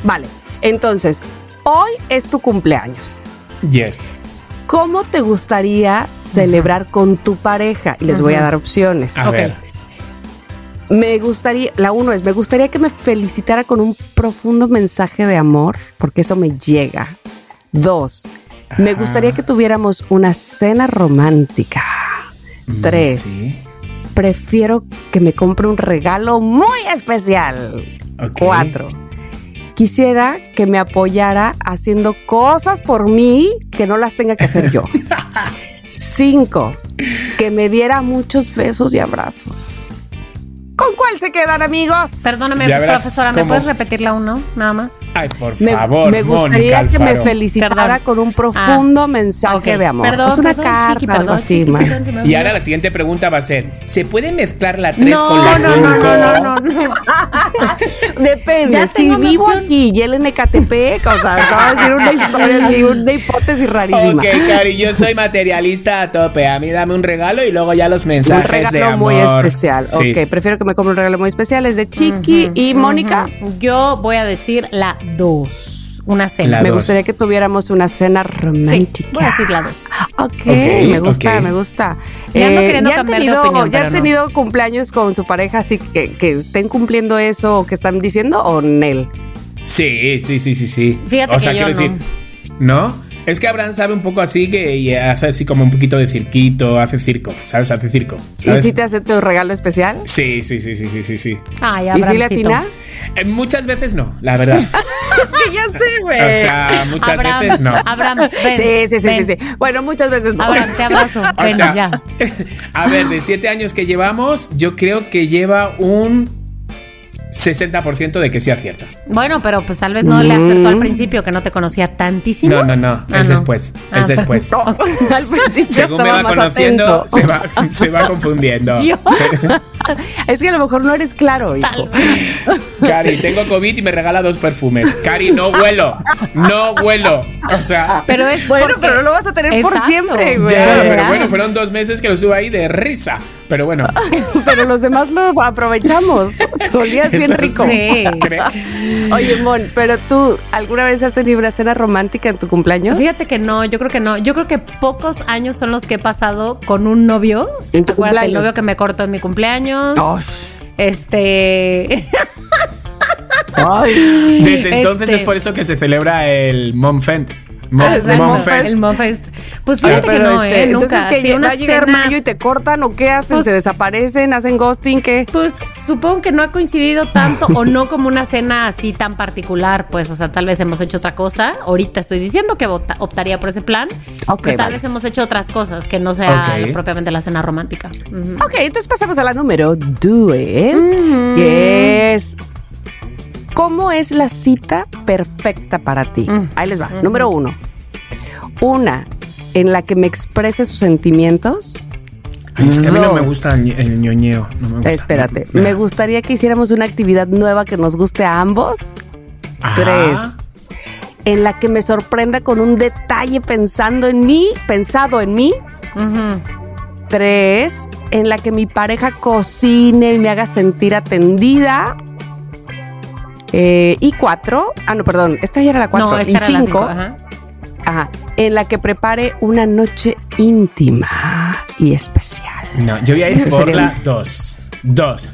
Speaker 3: Vale. Entonces, hoy es tu cumpleaños.
Speaker 2: Yes.
Speaker 3: ¿Cómo te gustaría celebrar con tu pareja? Y les voy a dar opciones.
Speaker 2: A
Speaker 1: Ok.
Speaker 2: ver.
Speaker 3: Me gustaría, la uno es, me gustaría que me felicitara con un profundo mensaje de amor, porque eso me llega. Dos, me gustaría que tuviéramos una cena romántica. Tres.
Speaker 2: Mm, Sí.
Speaker 3: Prefiero que me compre un regalo muy especial.
Speaker 2: Ok.
Speaker 3: Cuatro. Quisiera que me apoyara haciendo cosas por mí que no las tenga que hacer yo. Cinco. Que me diera muchos besos y abrazos. ¿Con cuál se quedan, amigos?
Speaker 1: Perdóname,
Speaker 2: Ya verás
Speaker 1: profesora, ¿me
Speaker 2: cómo-
Speaker 1: puedes repetir la uno? Nada más.
Speaker 2: Ay, por
Speaker 3: Me,
Speaker 2: favor,
Speaker 3: me
Speaker 2: Mónica
Speaker 3: gustaría que me
Speaker 2: Alfaro.
Speaker 3: felicitara
Speaker 1: Perdón. Ah,
Speaker 3: con un profundo mensaje
Speaker 1: Ok,
Speaker 3: de amor.
Speaker 1: Perdón,
Speaker 3: es una
Speaker 1: perdón,
Speaker 3: carta,
Speaker 1: chiqui,
Speaker 3: algo
Speaker 1: perdón,
Speaker 3: así,
Speaker 1: chiqui,
Speaker 3: ma.
Speaker 1: perdón, que me
Speaker 2: Y
Speaker 1: olvidé.
Speaker 2: ahora la siguiente pregunta va a ser, ¿se puede mezclar la 3
Speaker 1: No,
Speaker 2: con la 5?
Speaker 1: no, no,
Speaker 3: no, Depende.
Speaker 1: Ya
Speaker 3: si
Speaker 1: tengo mi
Speaker 3: vivo
Speaker 1: opción.
Speaker 3: aquí y él en Ecatepec, o sea, acabo de decir una historia, así, una hipótesis rarísima.
Speaker 2: Ok, Cari, yo soy materialista a tope. A mí dame un regalo y luego ya los
Speaker 3: Un
Speaker 2: mensajes de
Speaker 3: regalo
Speaker 2: amor.
Speaker 3: muy especial.
Speaker 2: Sí.
Speaker 3: Ok, prefiero que me compre un regalo muy especial. Es de Chiqui y Mónica.
Speaker 1: Yo voy a decir la dos. Una
Speaker 2: La
Speaker 1: cena.
Speaker 3: Me
Speaker 2: dos.
Speaker 3: gustaría que tuviéramos una cena
Speaker 1: Sí,
Speaker 3: romántica.
Speaker 1: voy a decir la dos.
Speaker 3: Ok,
Speaker 2: Ok,
Speaker 3: me gusta,
Speaker 2: ok.
Speaker 3: me gusta.
Speaker 1: Ya ando queriendo
Speaker 3: han
Speaker 1: cambiar de
Speaker 3: tenido-
Speaker 1: opinión,
Speaker 3: ¿Ya
Speaker 1: pero
Speaker 3: han
Speaker 1: no.
Speaker 3: tenido cumpleaños con su pareja así que, que estén cumpliendo eso o que están diciendo o Nel?
Speaker 2: Sí, sí, sí, sí, sí.
Speaker 1: Fíjate
Speaker 2: o sea,
Speaker 1: que yo
Speaker 2: quiero decir, ¿no? Es que Abraham sabe un poco así que y hace así como un poquito de cirquito, hace circo, ¿sabes? Hace circo.
Speaker 3: ¿Y
Speaker 2: ¿sabes?
Speaker 3: si te hace tu regalo especial?
Speaker 2: Sí, sí, sí, sí, sí, sí, sí.
Speaker 1: Ay,
Speaker 3: ¿Y si le
Speaker 1: Abrahamcito.
Speaker 3: atina?
Speaker 2: Eh, muchas veces no, la verdad. o
Speaker 3: Que ya sé, güey.
Speaker 2: sea, muchas
Speaker 1: Abraham,
Speaker 2: veces no.
Speaker 1: Abraham, ven.
Speaker 3: Sí, sí, sí,
Speaker 1: ven.
Speaker 3: sí, sí. Bueno, muchas veces no.
Speaker 1: Abraham, te abrazo.
Speaker 2: O
Speaker 1: ven,
Speaker 2: sea,
Speaker 1: ya.
Speaker 2: a ver, de siete años que llevamos, yo creo que lleva un 60% de que sí acierta.
Speaker 1: Bueno, pero pues tal vez no le acertó
Speaker 3: Mm.
Speaker 1: al principio que no te conocía tantísimo.
Speaker 2: No, no, no,
Speaker 1: Ah,
Speaker 2: es
Speaker 1: no.
Speaker 2: después, es
Speaker 1: Ah,
Speaker 2: después.
Speaker 3: No, al principio
Speaker 2: Según me va
Speaker 3: estaba más
Speaker 2: conociendo,
Speaker 3: atento.
Speaker 2: se va, se va confundiendo.
Speaker 1: Yo.
Speaker 3: Es que a lo mejor no eres claro, hijo.
Speaker 1: Tal vez.
Speaker 2: Cari, tengo COVID y me regala dos perfumes. Cari, no huelo. No huelo. O sea.
Speaker 1: Pero es
Speaker 3: Bueno,
Speaker 1: porque-
Speaker 3: pero lo vas a tener por
Speaker 1: Exacto.
Speaker 3: siempre, güey.
Speaker 2: ya,
Speaker 1: pero
Speaker 2: pero
Speaker 1: verás.
Speaker 2: bueno, fueron dos meses que lo estuve ahí de risa. Pero bueno.
Speaker 3: Pero los demás lo aprovechamos. Olías bien
Speaker 2: eso
Speaker 3: rico.
Speaker 1: sí.
Speaker 2: Cre-
Speaker 3: Oye, Mon, pero tú, ¿alguna vez has tenido una cena romántica en tu cumpleaños?
Speaker 1: Fíjate que no, yo creo que no. Yo creo que pocos años son los que he pasado con un novio.
Speaker 3: En
Speaker 1: Acuérdate,
Speaker 3: tu
Speaker 1: el
Speaker 3: cumpleaños.
Speaker 1: novio que me cortó en mi cumpleaños.
Speaker 3: Osh.
Speaker 1: Este.
Speaker 3: Ay.
Speaker 2: Desde entonces
Speaker 1: Este-
Speaker 2: es por eso que se celebra el Monfent. Mon,
Speaker 3: Ah, es el
Speaker 2: Mon
Speaker 3: Monfest.
Speaker 2: Fest.
Speaker 1: El Monfest. Pues fíjate que
Speaker 3: Pero,
Speaker 1: no,
Speaker 3: este,
Speaker 1: ¿eh?
Speaker 3: Entonces,
Speaker 1: Nunca.
Speaker 3: que
Speaker 1: Sí,
Speaker 3: va
Speaker 1: una
Speaker 3: a llegar
Speaker 1: cena.
Speaker 3: mayo y te cortan o qué hacen,
Speaker 1: Pues-
Speaker 3: se desaparecen, hacen ghosting, ¿qué?
Speaker 1: Pues supongo que no ha coincidido tanto o no como una cena así tan particular, pues, o sea, tal vez hemos hecho otra cosa. Ahorita estoy diciendo que vota- optaría por ese plan,
Speaker 3: Ok,
Speaker 1: pero tal
Speaker 3: vale.
Speaker 1: vez hemos hecho otras cosas que no sea
Speaker 2: Ok.
Speaker 1: propiamente la cena romántica. Ujú.
Speaker 3: Ok, entonces pasamos a la número 2, que es ¿Cómo es la cita perfecta para ti?
Speaker 2: Mm.
Speaker 3: Ahí les va. Número uno. Una en la que me exprese sus sentimientos.
Speaker 2: Ay, es que a mí no me
Speaker 3: Dos.
Speaker 2: gusta el ño- el ñoñeo. No me gusta.
Speaker 3: Espérate. Me gustaría que hiciéramos una actividad nueva que nos guste a ambos.
Speaker 2: Ajá.
Speaker 3: Tres. En la que me sorprenda con un detalle pensando en mí, pensado en mí.
Speaker 1: Ujú.
Speaker 3: Tres, en la que mi pareja cocine y me haga sentir atendida. Eh, y cuatro, ah, no, perdón, esta ya era la cuatro.
Speaker 1: No,
Speaker 3: y
Speaker 1: esta era la
Speaker 3: cinco,
Speaker 1: cinco, ajá.
Speaker 3: ajá, en la que prepare una noche íntima y especial.
Speaker 2: No, yo voy a ir
Speaker 3: Ese
Speaker 2: por
Speaker 3: sería
Speaker 2: la 2. 2.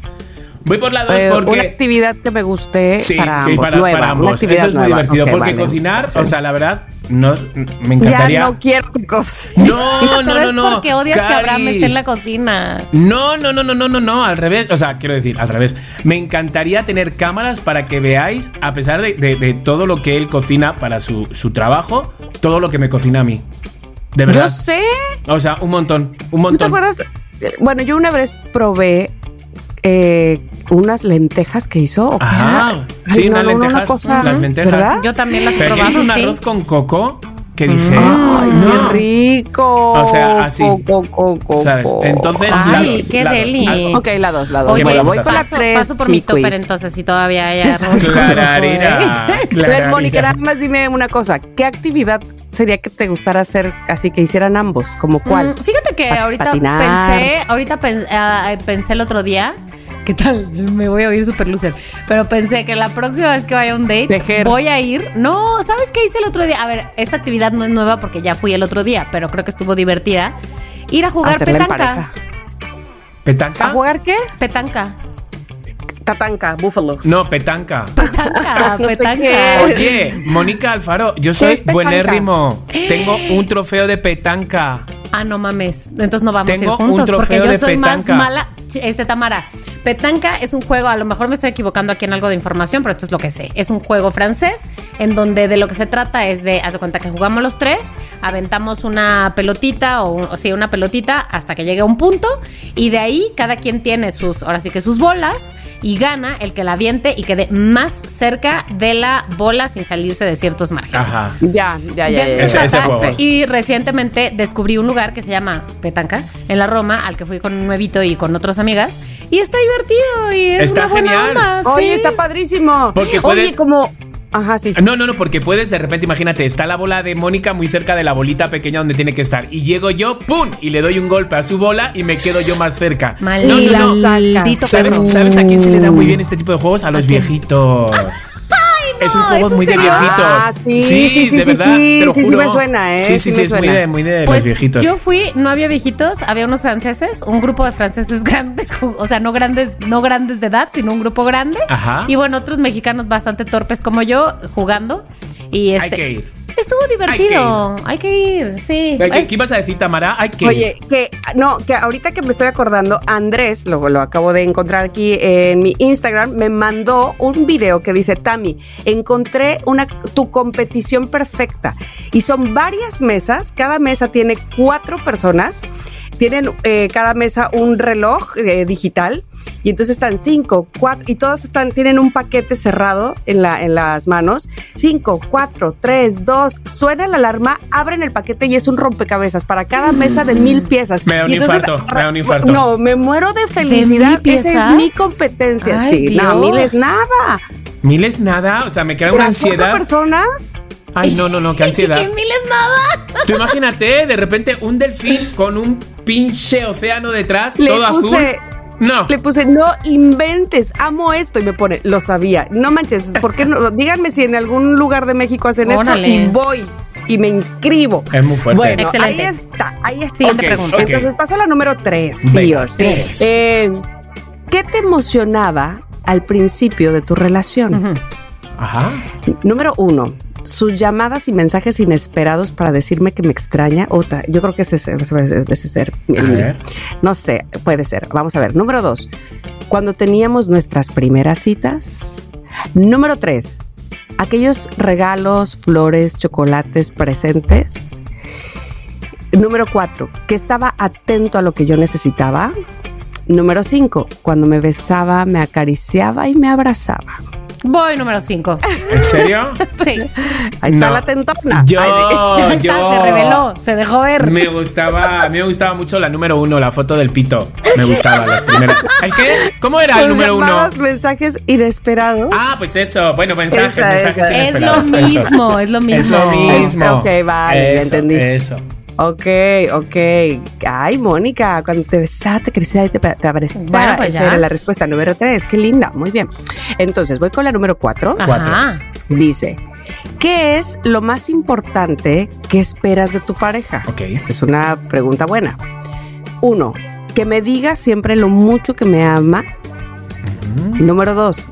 Speaker 2: Voy por la 2
Speaker 3: Eh,
Speaker 2: Pues porque.
Speaker 3: una actividad que me guste
Speaker 2: Sí,
Speaker 3: para
Speaker 2: y
Speaker 3: ambos.
Speaker 2: para,
Speaker 3: nueva,
Speaker 2: para
Speaker 3: una
Speaker 2: ambos.
Speaker 3: actividad
Speaker 2: Eso es muy
Speaker 3: nueva.
Speaker 2: divertido.
Speaker 3: Ok,
Speaker 2: porque
Speaker 3: vale.
Speaker 2: cocinar,
Speaker 3: Sí.
Speaker 2: o sea, la verdad, no, me encantaría.
Speaker 3: ya no quiero tu cosa.
Speaker 2: no,
Speaker 1: Pero
Speaker 2: no, no,
Speaker 1: es
Speaker 2: no.
Speaker 1: porque odias que Abraham esté en la
Speaker 2: Caris.
Speaker 1: cocina.
Speaker 2: No, no, no, no, no, no, no, al revés. O sea, quiero decir, al revés. Me encantaría tener cámaras para que veáis, a pesar de, de- de todo lo que él cocina para su, su trabajo, todo lo que me cocina a mí. De
Speaker 3: Yo
Speaker 2: verdad.
Speaker 3: sé.
Speaker 2: O sea, un montón, un
Speaker 3: ¿No te
Speaker 2: montón.
Speaker 3: acuerdas? Eh, Bueno, yo una vez probé eh, unas lentejas que hizo. ¿o qué
Speaker 2: Ajá.
Speaker 3: era?
Speaker 2: Sí,
Speaker 3: Ay,
Speaker 2: unas lentejas, las lentejas.
Speaker 3: ¿verdad?
Speaker 1: Yo también las he
Speaker 2: Pero yo hice
Speaker 1: probado,
Speaker 2: un
Speaker 1: sí.
Speaker 2: arroz con coco que dije.
Speaker 3: Mm. Ay,
Speaker 2: no.
Speaker 3: qué rico.
Speaker 2: O sea, así.
Speaker 3: Co, co, co,
Speaker 2: ¿Sabes?
Speaker 3: co.
Speaker 2: Entonces, la
Speaker 1: Ay,
Speaker 2: dos,
Speaker 1: qué
Speaker 2: la dos.
Speaker 1: deli.
Speaker 2: Ah,
Speaker 3: Ok, la dos, la dos.
Speaker 1: Oye,
Speaker 2: ¿qué
Speaker 3: Bueno,
Speaker 2: vamos
Speaker 3: voy
Speaker 2: a
Speaker 3: con la
Speaker 1: paso,
Speaker 3: tres.
Speaker 1: paso por mi
Speaker 3: chiquis.
Speaker 1: topper entonces si todavía hay arroz. con coco, ¿eh?
Speaker 2: Clararira,
Speaker 3: A ver,
Speaker 2: clararira.
Speaker 3: Mónica, nada más dime una cosa. ¿Qué actividad sería que te gustara hacer así que hicieran ambos? ¿Como cuál?
Speaker 1: Mm, Fíjate que
Speaker 3: Pa-
Speaker 1: ahorita
Speaker 3: patinar.
Speaker 1: pensé, ahorita pen- ah, pensé el otro día. ¿Qué tal? Me voy a oír super loser. Pero pensé que la próxima vez que vaya a un date
Speaker 3: Tejer.
Speaker 1: voy a ir. No, ¿sabes qué hice el otro día? A ver, esta actividad no es nueva porque ya fui el otro día, pero creo que estuvo divertida. Ir a jugar
Speaker 3: Hacerla en
Speaker 1: petanca. ¿Ah?
Speaker 3: pareja. ¿A
Speaker 2: ¿Petanca?
Speaker 3: jugar qué?
Speaker 1: Petanca.
Speaker 3: Tatanca, búfalo.
Speaker 2: No, petanca.
Speaker 1: Petanca,
Speaker 3: No sé
Speaker 1: petanca.
Speaker 3: qué.
Speaker 2: Oye, Mónica Alfaro, yo soy
Speaker 3: es petanca?
Speaker 2: buenérrimo. Tengo un trofeo de petanca.
Speaker 1: ah, no mames, entonces no vamos
Speaker 2: Tengo
Speaker 1: a ir juntos porque
Speaker 2: un trofeo
Speaker 1: yo
Speaker 2: de
Speaker 1: soy más
Speaker 2: petanca.
Speaker 1: mala. Ch- Este Tamara, petanca es un juego, a lo mejor me estoy equivocando aquí en algo de información, pero esto es lo que sé. Es un juego francés en donde de lo que se trata es de, haz de cuenta que jugamos los tres, aventamos una pelotita o, un- o sí, una pelotita hasta que llegue a un punto y de ahí cada quien tiene sus, ahora sí que sus bolas y gana el que la aviente y quede más cerca de la bola sin salirse de ciertos márgenes.
Speaker 2: Ajá.
Speaker 3: Ya, ya,
Speaker 1: De
Speaker 3: ya. ya,
Speaker 1: eso
Speaker 3: ya.
Speaker 1: se
Speaker 2: Ese- ese
Speaker 1: trata.
Speaker 2: juego.
Speaker 1: Y recientemente descubrí un lugar que se llama Petanca, en la Roma, al que fui con un nuevito y con otras amigas. Y está divertido y es
Speaker 2: Está
Speaker 1: una buena
Speaker 2: genial.
Speaker 1: onda, sí.
Speaker 3: Oye, está padrísimo.
Speaker 2: Porque
Speaker 3: Oye,
Speaker 2: puedes- Ah,
Speaker 3: como. Ajá, sí.
Speaker 2: No, no, no, porque puedes de repente, imagínate, está la bola de Mónica muy cerca de la bolita pequeña donde tiene que estar. Y llego yo, ¡pum! Y le doy un golpe a su bola y me quedo yo más cerca.
Speaker 1: Maldito
Speaker 3: Y la
Speaker 1: perro.
Speaker 3: sacas.
Speaker 2: ¿Sabes, ¿Sabes a quién se le da muy bien este tipo de juegos? A los
Speaker 1: quién?
Speaker 2: viejitos. es un juego
Speaker 1: ¿es en
Speaker 2: muy de
Speaker 1: serio?
Speaker 2: viejitos.
Speaker 3: Ah, sí, sí, sí,
Speaker 2: de
Speaker 3: sí,
Speaker 2: verdad.
Speaker 3: sí,
Speaker 2: te lo
Speaker 3: sí, sí me
Speaker 2: juro.
Speaker 3: suena, ¿eh?
Speaker 2: Sí, sí,
Speaker 3: Sí
Speaker 2: sí,
Speaker 3: me
Speaker 2: es muy
Speaker 3: suena.
Speaker 2: de, muy de
Speaker 1: Pues
Speaker 2: los viejitos.
Speaker 1: yo fui, no había viejitos, había unos franceses, un grupo de franceses grandes, o sea, no grandes, no grandes de edad, sino un grupo grande.
Speaker 2: Ajá.
Speaker 1: Y bueno, otros mexicanos bastante torpes como yo jugando y este
Speaker 2: que ir.
Speaker 1: Estuvo divertido. Hay que ir, sí.
Speaker 2: Ay, ¿Qué,
Speaker 1: Ay,
Speaker 2: qué ibas a decir, Tamara? Ay, que
Speaker 3: eh, Oye, que no, que ahorita que me estoy acordando, Andrés, lo, lo acabo de encontrar aquí en mi Instagram, me mandó un video que dice, Tami, encontré una, tu competición perfecta. Y son varias mesas, cada mesa tiene cuatro personas, tienen eh, cada mesa un reloj eh, digital. Y entonces están cinco, cuatro, y todas están, tienen un paquete cerrado en, la, en las manos. Cinco, cuatro, tres, dos, suena la alarma, abren el paquete y es un rompecabezas para cada
Speaker 1: Mm.
Speaker 3: mesa de mil piezas.
Speaker 2: Me da un
Speaker 3: Y
Speaker 2: infarto, me da un infarto.
Speaker 3: No, me muero de felicidad.
Speaker 1: mil
Speaker 3: Esa es
Speaker 1: piezas?
Speaker 3: mi competencia.
Speaker 1: Ay,
Speaker 3: sí, no,
Speaker 1: Dios.
Speaker 3: mil es nada.
Speaker 2: miles nada, o sea, me queda una
Speaker 3: Las cuatro
Speaker 2: ansiedad.
Speaker 3: personas.
Speaker 2: Ay, no, no, no, qué ansiedad.
Speaker 1: chiquimil es nada.
Speaker 2: Tú imagínate, de repente, un delfín con un pinche océano detrás,
Speaker 3: Le
Speaker 2: todo
Speaker 3: puse-
Speaker 2: azul. No.
Speaker 3: Le puse, no inventes, amo esto. Y me pone, lo sabía. No manches, ¿por qué no? Díganme si en algún lugar de México hacen
Speaker 1: Órale.
Speaker 3: esto y voy y me inscribo.
Speaker 2: Es muy fuerte.
Speaker 3: Bueno,
Speaker 1: Excelente.
Speaker 3: ahí está, ahí está.
Speaker 1: Siguiente
Speaker 2: Ok,
Speaker 1: pregunta.
Speaker 2: ok.
Speaker 3: Entonces pasó a la número tres,
Speaker 2: Venga,
Speaker 3: Dios.
Speaker 2: tres.
Speaker 3: Eh, ¿Qué te emocionaba al principio de tu relación?
Speaker 2: Ajá.
Speaker 3: Número uno, sus llamadas y mensajes inesperados para decirme que me extraña. Otra, yo creo que ese es ese es- ese ser.
Speaker 2: A ver.
Speaker 3: No sé, puede ser. Vamos a ver. Número dos, cuando teníamos nuestras primeras citas. Número tres, aquellos regalos, flores, chocolates presentes. Número cuatro, que estaba atento a lo que yo necesitaba. Número cinco, cuando me besaba, me acariciaba y me abrazaba.
Speaker 1: Voy número 5.
Speaker 2: ¿En serio?
Speaker 1: Sí.
Speaker 3: Ahí está
Speaker 2: No.
Speaker 3: la tentona.
Speaker 2: Yo,
Speaker 3: Ay, sí.
Speaker 2: Oh, yo.
Speaker 1: Se reveló, se dejó ver.
Speaker 2: Me gustaba, a mí me gustaba mucho la número uno, la foto del pito. Me gustaba las primeras. ¿El qué? ¿Cómo era el
Speaker 3: Sus
Speaker 2: número uno?
Speaker 3: llamadas, mensajes inesperados.
Speaker 2: Ah, pues eso. Bueno, mensajes,
Speaker 3: Esa,
Speaker 2: mensajes
Speaker 3: esa.
Speaker 1: Es lo
Speaker 2: inesperados, eso.
Speaker 1: mismo, es lo mismo.
Speaker 2: Es lo mismo.
Speaker 3: Ok, vale, ya
Speaker 2: Eso,
Speaker 3: entendí.
Speaker 2: Eso.
Speaker 3: Ok, ok. Ay, Mónica, cuando te besaba, te crecía y te, te abrazaba.
Speaker 1: Bueno, pues
Speaker 3: Esa
Speaker 1: ya.
Speaker 3: era la respuesta número tres. Qué linda, muy bien. Entonces, voy con la número cuatro.
Speaker 2: Cuatro.
Speaker 1: Ajá.
Speaker 3: Dice, ¿qué es lo más importante que esperas de tu pareja?
Speaker 2: Ok.
Speaker 3: Esa es una pregunta buena. Uno, que me diga siempre lo mucho que me ama. Número dos,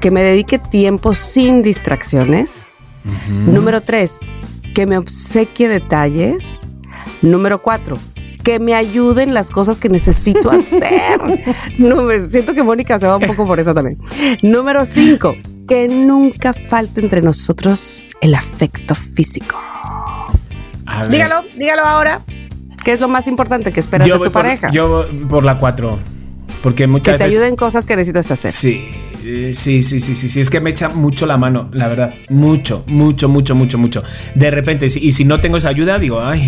Speaker 3: que me dedique tiempo sin distracciones. Número tres, que me obsequie detalles. Número cuatro, que me ayuden las cosas que necesito hacer. Número, siento que Mónica se va un poco por eso también. Número cinco, que nunca falte entre nosotros el afecto físico.
Speaker 2: A ver.
Speaker 3: Dígalo, dígalo ahora. ¿Qué es lo más importante que esperas
Speaker 2: Yo
Speaker 3: de
Speaker 2: voy
Speaker 3: tu
Speaker 2: por-
Speaker 3: pareja?
Speaker 2: Yo voy por la cuatro. Porque muchas
Speaker 3: que te
Speaker 2: veces.
Speaker 3: ayuden cosas que necesitas hacer.
Speaker 2: Sí, eh, sí, sí, sí, sí, sí, es que me echa mucho la mano, la verdad, mucho, mucho, mucho, mucho, mucho. De repente, si- y si no tengo esa ayuda, digo, ay,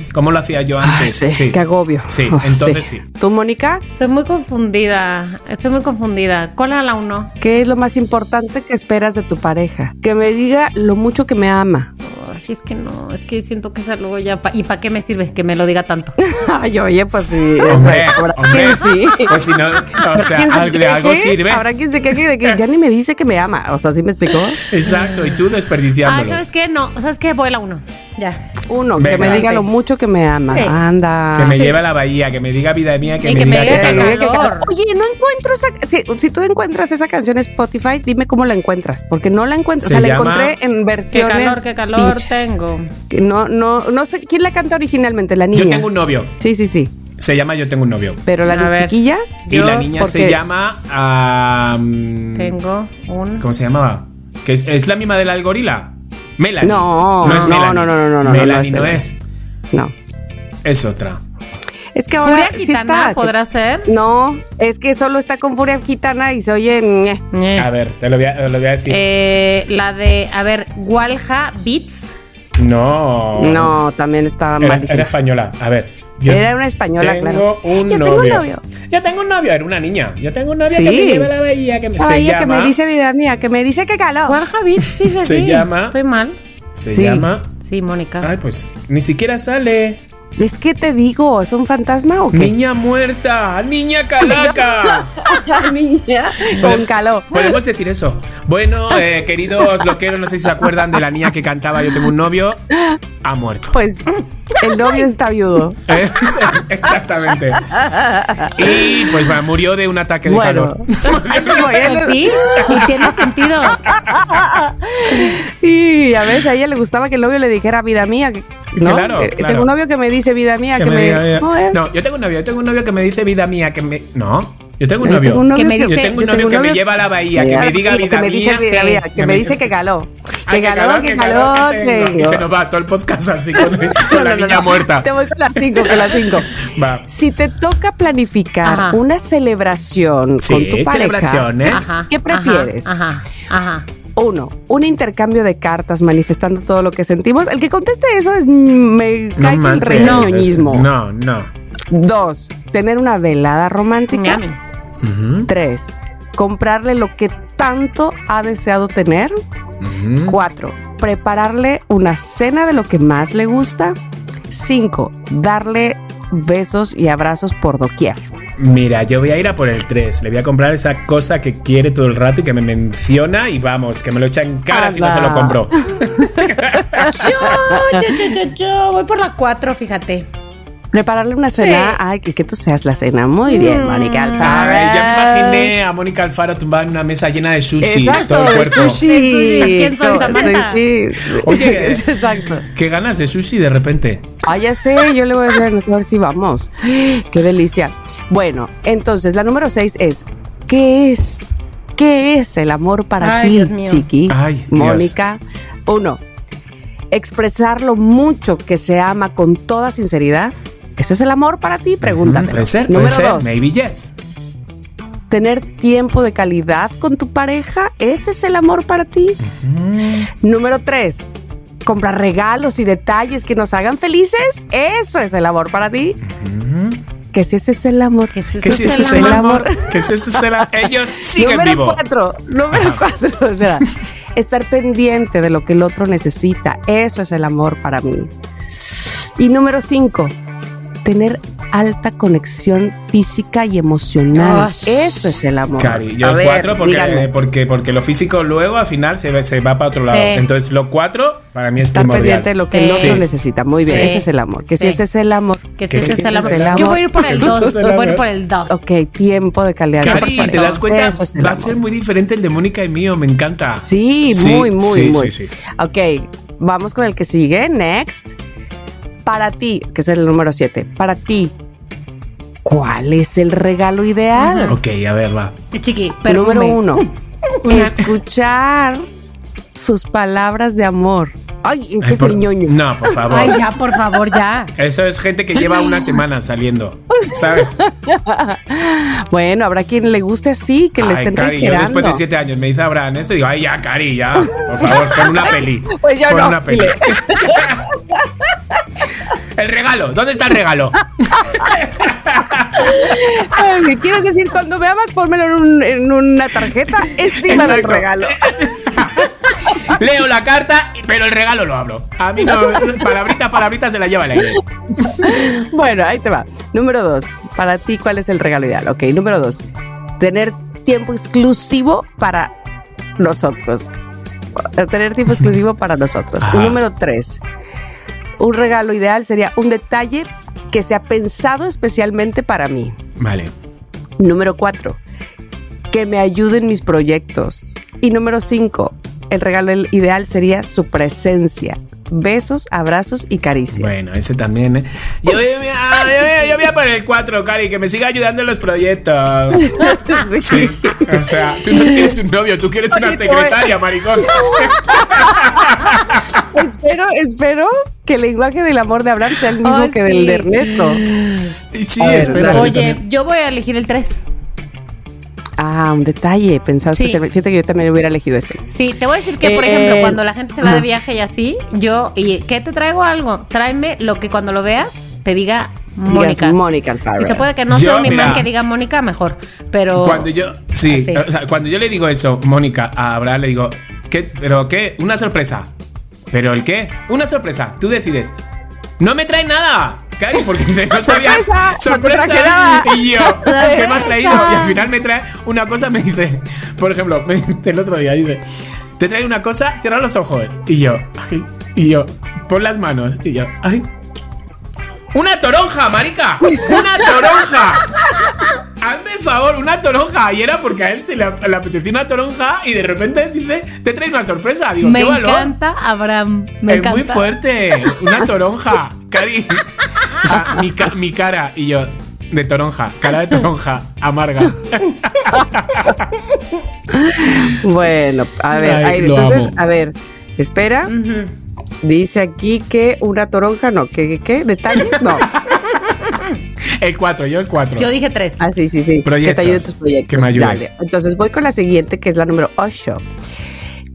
Speaker 1: Sí.
Speaker 2: ¿cómo lo hacía yo antes?
Speaker 3: Ah, Sí, Qué agobio.
Speaker 2: Sí,
Speaker 3: Ay,
Speaker 2: entonces sí.
Speaker 3: ¿Tú, Mónica?
Speaker 1: Estoy muy confundida. Estoy muy confundida. ¿Cuál era la uno?
Speaker 3: ¿Qué es lo más importante que esperas de tu pareja? Que me diga lo mucho que me ama.
Speaker 1: Ay, es que no, es que siento que es algo ya. pa- ¿Y para qué me sirve que me lo diga tanto?
Speaker 3: Ay, oye, pues sí.
Speaker 2: Hombre,
Speaker 3: pues, habrá
Speaker 2: hombre,
Speaker 3: quien sí.
Speaker 2: pues si no, o sea,
Speaker 3: ¿Quién se
Speaker 2: al- de algo
Speaker 3: queje?
Speaker 2: sirve.
Speaker 3: Habrá quien se queje de que ya ni me dice que me ama. O sea, ¿sí me explicó?
Speaker 2: Exacto, y tú
Speaker 1: Ah,
Speaker 2: desperdiciándolos.
Speaker 1: ¿sabes qué? No, ¿sabes qué? Voy a la uno. Ya.
Speaker 3: Uno, que
Speaker 2: Venga.
Speaker 3: me diga lo mucho que me ama.
Speaker 1: Sí.
Speaker 3: Anda.
Speaker 2: Que me lleve a la bahía, que me diga vida mía, que
Speaker 1: Y
Speaker 2: me
Speaker 1: que me
Speaker 2: diga
Speaker 1: diga
Speaker 2: qué
Speaker 1: que
Speaker 2: calor.
Speaker 1: me- calor.
Speaker 3: Oye, no encuentro esa. Si, si tú encuentras esa canción en Spotify, dime cómo la encuentras. Porque no la encuentro.
Speaker 2: Se
Speaker 3: o sea,
Speaker 2: llama-
Speaker 3: la encontré en
Speaker 1: Qué
Speaker 3: versiones.
Speaker 1: calor, qué calor
Speaker 3: pinches.
Speaker 1: tengo.
Speaker 3: Que No, no, no sé quién la canta originalmente, la niña.
Speaker 2: Yo tengo un novio.
Speaker 3: Sí, sí, sí.
Speaker 2: Se llama Yo tengo un novio.
Speaker 3: Pero la
Speaker 1: A ver.
Speaker 3: chiquilla.
Speaker 2: Y
Speaker 1: Yo,
Speaker 2: la niña se
Speaker 3: porque-
Speaker 2: llama. ah, mm,
Speaker 1: Tengo un.
Speaker 2: ¿Cómo se llamaba? ¿Que es, es la misma de la gorila? Melanie.
Speaker 3: No,
Speaker 2: es Melanie.
Speaker 3: no, no, no, no, no, no,
Speaker 2: Melanie
Speaker 3: no,
Speaker 2: no
Speaker 3: no es
Speaker 2: es.
Speaker 3: No.
Speaker 2: Es otra.
Speaker 3: Es que
Speaker 1: ¿Furia
Speaker 3: ahora. sí
Speaker 1: Gitana
Speaker 3: está, que-
Speaker 1: podrá ser?
Speaker 3: No, es que solo está con Furia Gitana y se oye. ñe.
Speaker 1: Eh.
Speaker 2: A ver, te lo voy a, lo voy a decir.
Speaker 1: Eh, la de, a ver, Walja Beats.
Speaker 2: no.
Speaker 3: No, también estaba
Speaker 2: Era, era
Speaker 3: malísima.
Speaker 2: española. A ver.
Speaker 3: Era una española,
Speaker 2: tengo
Speaker 3: claro.
Speaker 2: Un
Speaker 3: Yo
Speaker 2: novio.
Speaker 3: tengo un novio.
Speaker 2: Yo tengo un novio. Era una niña. Yo tengo un novio
Speaker 3: Sí.
Speaker 2: que me lleva a la bahía. Que me, se
Speaker 3: Oye,
Speaker 2: llama,
Speaker 3: que me dice vida mía, que me dice que calor.
Speaker 1: Walja Beats, dice
Speaker 2: Se
Speaker 1: aquí.
Speaker 2: llama-
Speaker 1: Estoy mal.
Speaker 2: Se
Speaker 3: Sí.
Speaker 2: llama.
Speaker 1: Sí, Mónica.
Speaker 2: Ay, pues ni siquiera sale.
Speaker 3: Es que te digo, ¿es un fantasma o qué?
Speaker 2: Niña muerta. Niña calaca.
Speaker 3: niña. Con calor.
Speaker 2: Podemos decir eso.
Speaker 3: Ah.
Speaker 2: Bueno, eh, queridos loqueros, no sé si se acuerdan de la niña que cantaba Yo tengo un novio. Ha muerto.
Speaker 3: Pues el novio está viudo.
Speaker 2: Eh, Exactamente. Y pues va, murió de un ataque de
Speaker 3: Bueno.
Speaker 2: calor.
Speaker 1: Pues sí, y tiene sentido.
Speaker 3: Y a veces a ella le gustaba que el novio le dijera vida mía. que- ¿no?
Speaker 2: Claro,
Speaker 3: Eh,
Speaker 2: claro.
Speaker 3: Tengo un novio que me dice vida mía, que,
Speaker 2: Que me
Speaker 3: me. eh,
Speaker 2: diga, "Oye,
Speaker 3: ¿Cómo es?
Speaker 2: No, yo tengo un novio, yo tengo un novio que me dice vida mía, que me. No, yo tengo un
Speaker 3: Yo
Speaker 2: novio.
Speaker 3: eh, tengo un novio
Speaker 1: Que me
Speaker 2: Yo
Speaker 1: dice-
Speaker 2: tengo un
Speaker 3: yo
Speaker 2: novio
Speaker 3: tengo
Speaker 2: que
Speaker 3: un
Speaker 2: me
Speaker 3: novio
Speaker 2: lleva a la bahía, que
Speaker 3: Mira,
Speaker 2: me diga
Speaker 3: sí,
Speaker 2: vida
Speaker 3: que me dice
Speaker 2: mía.
Speaker 3: vida
Speaker 1: sí.
Speaker 3: mía, que me dice que caló.
Speaker 2: Ay,
Speaker 3: Que
Speaker 2: qué
Speaker 3: caló, que caló
Speaker 2: calor que tengo. Y se nos va todo el podcast así con, con la niña muerta.
Speaker 3: Te voy con las cinco, con las cinco.
Speaker 2: Va.
Speaker 3: Si te toca planificar
Speaker 1: Ajá.
Speaker 3: una celebración
Speaker 2: Sí,
Speaker 3: con tu pareja,
Speaker 2: celebración, ¿eh?
Speaker 1: Ajá.
Speaker 3: ¿Qué prefieres?
Speaker 1: Ajá, ajá. ajá.
Speaker 3: uno, un intercambio de cartas manifestando todo lo que sentimos. El que conteste eso es mm, me cae que el
Speaker 2: manches.
Speaker 3: rey ñoñismo.
Speaker 2: No, no.
Speaker 3: Dos, tener una velada romántica.
Speaker 1: Ñamen.
Speaker 3: Tres, comprarle lo que tanto ha deseado tener. Cuatro, prepararle una cena de lo que más le gusta. Cinco, darle besos y abrazos por doquier.
Speaker 2: Mira, yo voy a ir a por el 3. Le voy a comprar esa cosa que quiere todo el rato y que me menciona y vamos, que me lo echa en cara si no se lo
Speaker 3: Anda.
Speaker 2: compro.
Speaker 1: Yo, yo, yo, yo, yo, voy por la cuatro, fíjate.
Speaker 3: Prepararle una cena, ay, que, que tú seas la cena. Muy bien, Mónica Alfaro.
Speaker 2: Ay, ya me imaginé a Mónica Alfaro tumbada en una mesa llena de sushis, todo el
Speaker 3: de
Speaker 2: cuerpo.
Speaker 3: sushi.
Speaker 1: De sushi. ¿Quién soy,
Speaker 3: Todo-
Speaker 1: Samantha?
Speaker 3: sí, sí.
Speaker 2: Oye.
Speaker 3: exacto.
Speaker 2: Qué ganas de sushi de repente.
Speaker 3: Ah, ya sé, yo le voy a decir a nuestro- a ver si vamos. Qué delicia. Bueno, entonces la número seis es ¿qué es? ¿Qué es el amor para
Speaker 1: Ay,
Speaker 3: ti,
Speaker 1: Dios mío.
Speaker 3: Chiqui?
Speaker 2: Ay, Dios.
Speaker 3: Mónica. Uno, expresar lo mucho que se ama con toda sinceridad. ¿Ese es el amor para ti? Pregúntate.
Speaker 2: Puede ser, puede
Speaker 3: número
Speaker 2: ser.
Speaker 3: dos,
Speaker 2: Maybe yes.
Speaker 3: tener tiempo de calidad con tu pareja, ese es el amor para ti. Número tres, comprar regalos y detalles que nos hagan felices, eso es el amor para ti. Que si ese es el amor.
Speaker 1: Que si
Speaker 2: Que si ese es el amor. Que si ese es el amor. Ellos siguen
Speaker 3: número
Speaker 2: vivos.
Speaker 3: cuatro, número cuatro, o sea, estar pendiente de lo que el otro necesita, eso es el amor para mí. Y número cinco, tener alta conexión física y emocional,
Speaker 1: Ay.
Speaker 3: eso es el amor.
Speaker 2: Cari, yo
Speaker 3: A
Speaker 2: el
Speaker 3: ver,
Speaker 2: 4 porque,
Speaker 3: díganme.
Speaker 2: porque, porque lo físico luego al final se, ve- se va para otro lado.
Speaker 1: Sí.
Speaker 2: Entonces lo 4 para mí es
Speaker 3: Estar
Speaker 2: primordial.
Speaker 3: pendiente de lo que el
Speaker 1: Sí.
Speaker 3: otro necesita. Muy bien,
Speaker 1: Sí.
Speaker 3: ese es el amor. Que
Speaker 1: Sí.
Speaker 3: si ese es el amor.
Speaker 1: Que si ese es el
Speaker 3: ese
Speaker 1: amor. Yo voy a ir por el
Speaker 2: Ese es
Speaker 1: dos.
Speaker 2: el
Speaker 1: Voy a
Speaker 2: amor.
Speaker 1: ir por el dos.
Speaker 3: Ok, tiempo de calidad. de
Speaker 2: Cari,
Speaker 3: persona.
Speaker 2: ¿te das cuenta?
Speaker 3: Eso es el
Speaker 2: Va a
Speaker 3: amor.
Speaker 2: ser muy diferente el de Mónica y mío, me encanta.
Speaker 3: Sí,
Speaker 2: Sí,
Speaker 3: muy, muy,
Speaker 2: sí,
Speaker 3: muy.
Speaker 2: sí, sí.
Speaker 3: Ok, vamos con el que sigue. Next. Para ti, que es el número 7. Para ti, ¿cuál es el regalo ideal?
Speaker 2: Ok, a ver, va.
Speaker 3: Este
Speaker 1: Chiqui, perfume.
Speaker 3: Número uno. escuchar sus palabras de amor. Ay, este
Speaker 2: Ay,
Speaker 3: es
Speaker 2: por-
Speaker 3: el ñoño.
Speaker 2: No, por favor.
Speaker 1: Ay, ya, por favor, ya.
Speaker 2: Eso es gente que lleva una semana saliendo, ¿sabes?
Speaker 3: Bueno, habrá quien le guste así, que le
Speaker 2: Ay,
Speaker 3: estén
Speaker 2: Cari, yo
Speaker 3: reiterando.
Speaker 2: después de siete años me dice Abraham esto y digo, ay, ya, Cari, ya. Por favor, pon una peli.
Speaker 3: Pues yo
Speaker 2: pon
Speaker 3: no.
Speaker 2: una peli. el regalo, ¿dónde está el regalo?
Speaker 3: Ay, ¿me quieres decir cuando me amas, pónmelo en, un- en una tarjeta encima del
Speaker 2: Exacto.
Speaker 3: regalo?
Speaker 2: Leo la carta, pero el regalo lo hablo. A mí no, palabrita, palabrita se la lleva el aire.
Speaker 3: Bueno, ahí te va. Número dos, para ti, ¿cuál es el regalo ideal? Ok, número dos, tener tiempo exclusivo para nosotros. Tener tiempo exclusivo para nosotros.
Speaker 2: Ajá.
Speaker 3: Número tres, un regalo ideal sería un detalle que sea pensado especialmente para mí.
Speaker 2: Vale.
Speaker 3: Número cuatro, que me ayuden mis proyectos. Y número cinco, el regalo ideal sería su presencia. Besos, abrazos y caricias.
Speaker 2: Bueno, ese también. ¿eh? Yo, yo, yo, ah, yo- yo voy a poner el 4, Cari, que me siga ayudando en los proyectos.
Speaker 1: Ah,
Speaker 2: Sí. O sea, tú no quieres un novio, tú quieres una
Speaker 3: Oye, pues.
Speaker 2: secretaria, maricón.
Speaker 3: espero, espero que el lenguaje del amor de Abraham sea el mismo
Speaker 1: Ay,
Speaker 3: que del
Speaker 1: sí.
Speaker 3: de Ernesto.
Speaker 2: Y sí,
Speaker 3: A ver,
Speaker 2: espera. yo
Speaker 1: Oye,
Speaker 2: también.
Speaker 1: yo voy a elegir el 3.
Speaker 3: Ah, un detalle pensado
Speaker 1: Sí.
Speaker 3: especialmente. Fíjate que yo también hubiera elegido ese.
Speaker 1: Sí, te voy a decir que, por
Speaker 3: Eh,
Speaker 1: ejemplo,
Speaker 3: eh,
Speaker 1: cuando la gente se va
Speaker 3: ajá.
Speaker 1: de viaje y así, yo, ¿y qué te traigo algo? Tráeme lo que cuando lo veas te diga Mónica.
Speaker 3: Mónica
Speaker 1: Si
Speaker 3: Alfaro.
Speaker 1: se puede que no
Speaker 2: Yo,
Speaker 1: sea un imán
Speaker 2: mira.
Speaker 1: que diga Mónica, mejor. Pero.
Speaker 2: Cuando yo, sí,
Speaker 3: Ah,
Speaker 1: Así.
Speaker 2: o sea, cuando yo le digo eso, Mónica, a Abraham le digo, ¿qué? ¿Pero qué? Una sorpresa. ¿Pero el qué? Una sorpresa. Tú decides. No me trae nada. Cari, porque dice, no sabía.
Speaker 3: Sorpresa, no te
Speaker 2: ¡Sorpresa!
Speaker 3: traje nada.
Speaker 2: Y yo, ¿qué me has traído? Y al final me trae una cosa, me dice, por ejemplo, me dice el otro día, dice, te trae una cosa, cierra los ojos. Y yo, ay, y yo, pon las manos. Y yo, ay. ¡Una toronja, marica! ¡Una toronja! Hazme el favor, una toronja. Y era porque a él se le, ap- le apetecía una toronja y de repente dice, te trae una sorpresa. Digo,
Speaker 1: me
Speaker 2: qué valor.
Speaker 1: encanta Abraham. Me
Speaker 2: es
Speaker 1: encanta.
Speaker 2: muy fuerte. Una toronja. Cari. O sea, mi, ca- mi cara y yo. De toronja, cara de toronja, amarga.
Speaker 3: Bueno, a ver,
Speaker 2: Ay,
Speaker 3: ahí,
Speaker 2: lo
Speaker 3: entonces,
Speaker 2: amo.
Speaker 3: a ver, espera.
Speaker 1: Ujú.
Speaker 3: Dice aquí que una toronja, no, que, que, que, detalles, no.
Speaker 2: El 4, yo el 4.
Speaker 1: Yo dije 3.
Speaker 3: Ah, sí, sí, sí. Que
Speaker 2: Proyectos.
Speaker 3: te ayude tus proyectos.
Speaker 2: Que me ayude.
Speaker 3: Dale. Entonces voy con la siguiente, que es la número 8.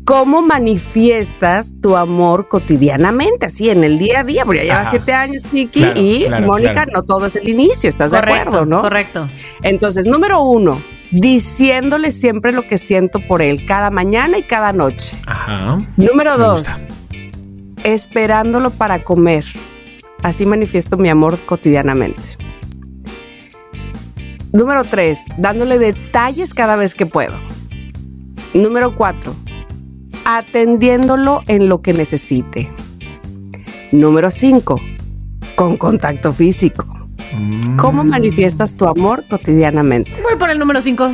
Speaker 3: ¿Cómo manifiestas tu amor cotidianamente? Así, en el día a día. Porque ya llevas
Speaker 2: Ajá.
Speaker 3: siete años, Chiqui,
Speaker 2: Claro,
Speaker 3: y
Speaker 2: claro,
Speaker 3: Mónica,
Speaker 2: claro.
Speaker 3: no todo es el inicio. ¿Estás de acuerdo, no?
Speaker 1: correcto.
Speaker 3: Entonces, número uno, diciéndole siempre lo que siento por él, cada mañana y cada noche.
Speaker 2: Ajá.
Speaker 3: Número
Speaker 2: Me
Speaker 3: dos,
Speaker 2: gusta.
Speaker 3: esperándolo para comer. Así manifiesto mi amor cotidianamente. Número tres, dándole detalles cada vez que puedo. Número cuatro, atendiéndolo en lo que necesite. Número cinco, con contacto físico.
Speaker 2: Mm.
Speaker 3: ¿Cómo manifiestas tu amor cotidianamente?
Speaker 1: Voy por el número 5.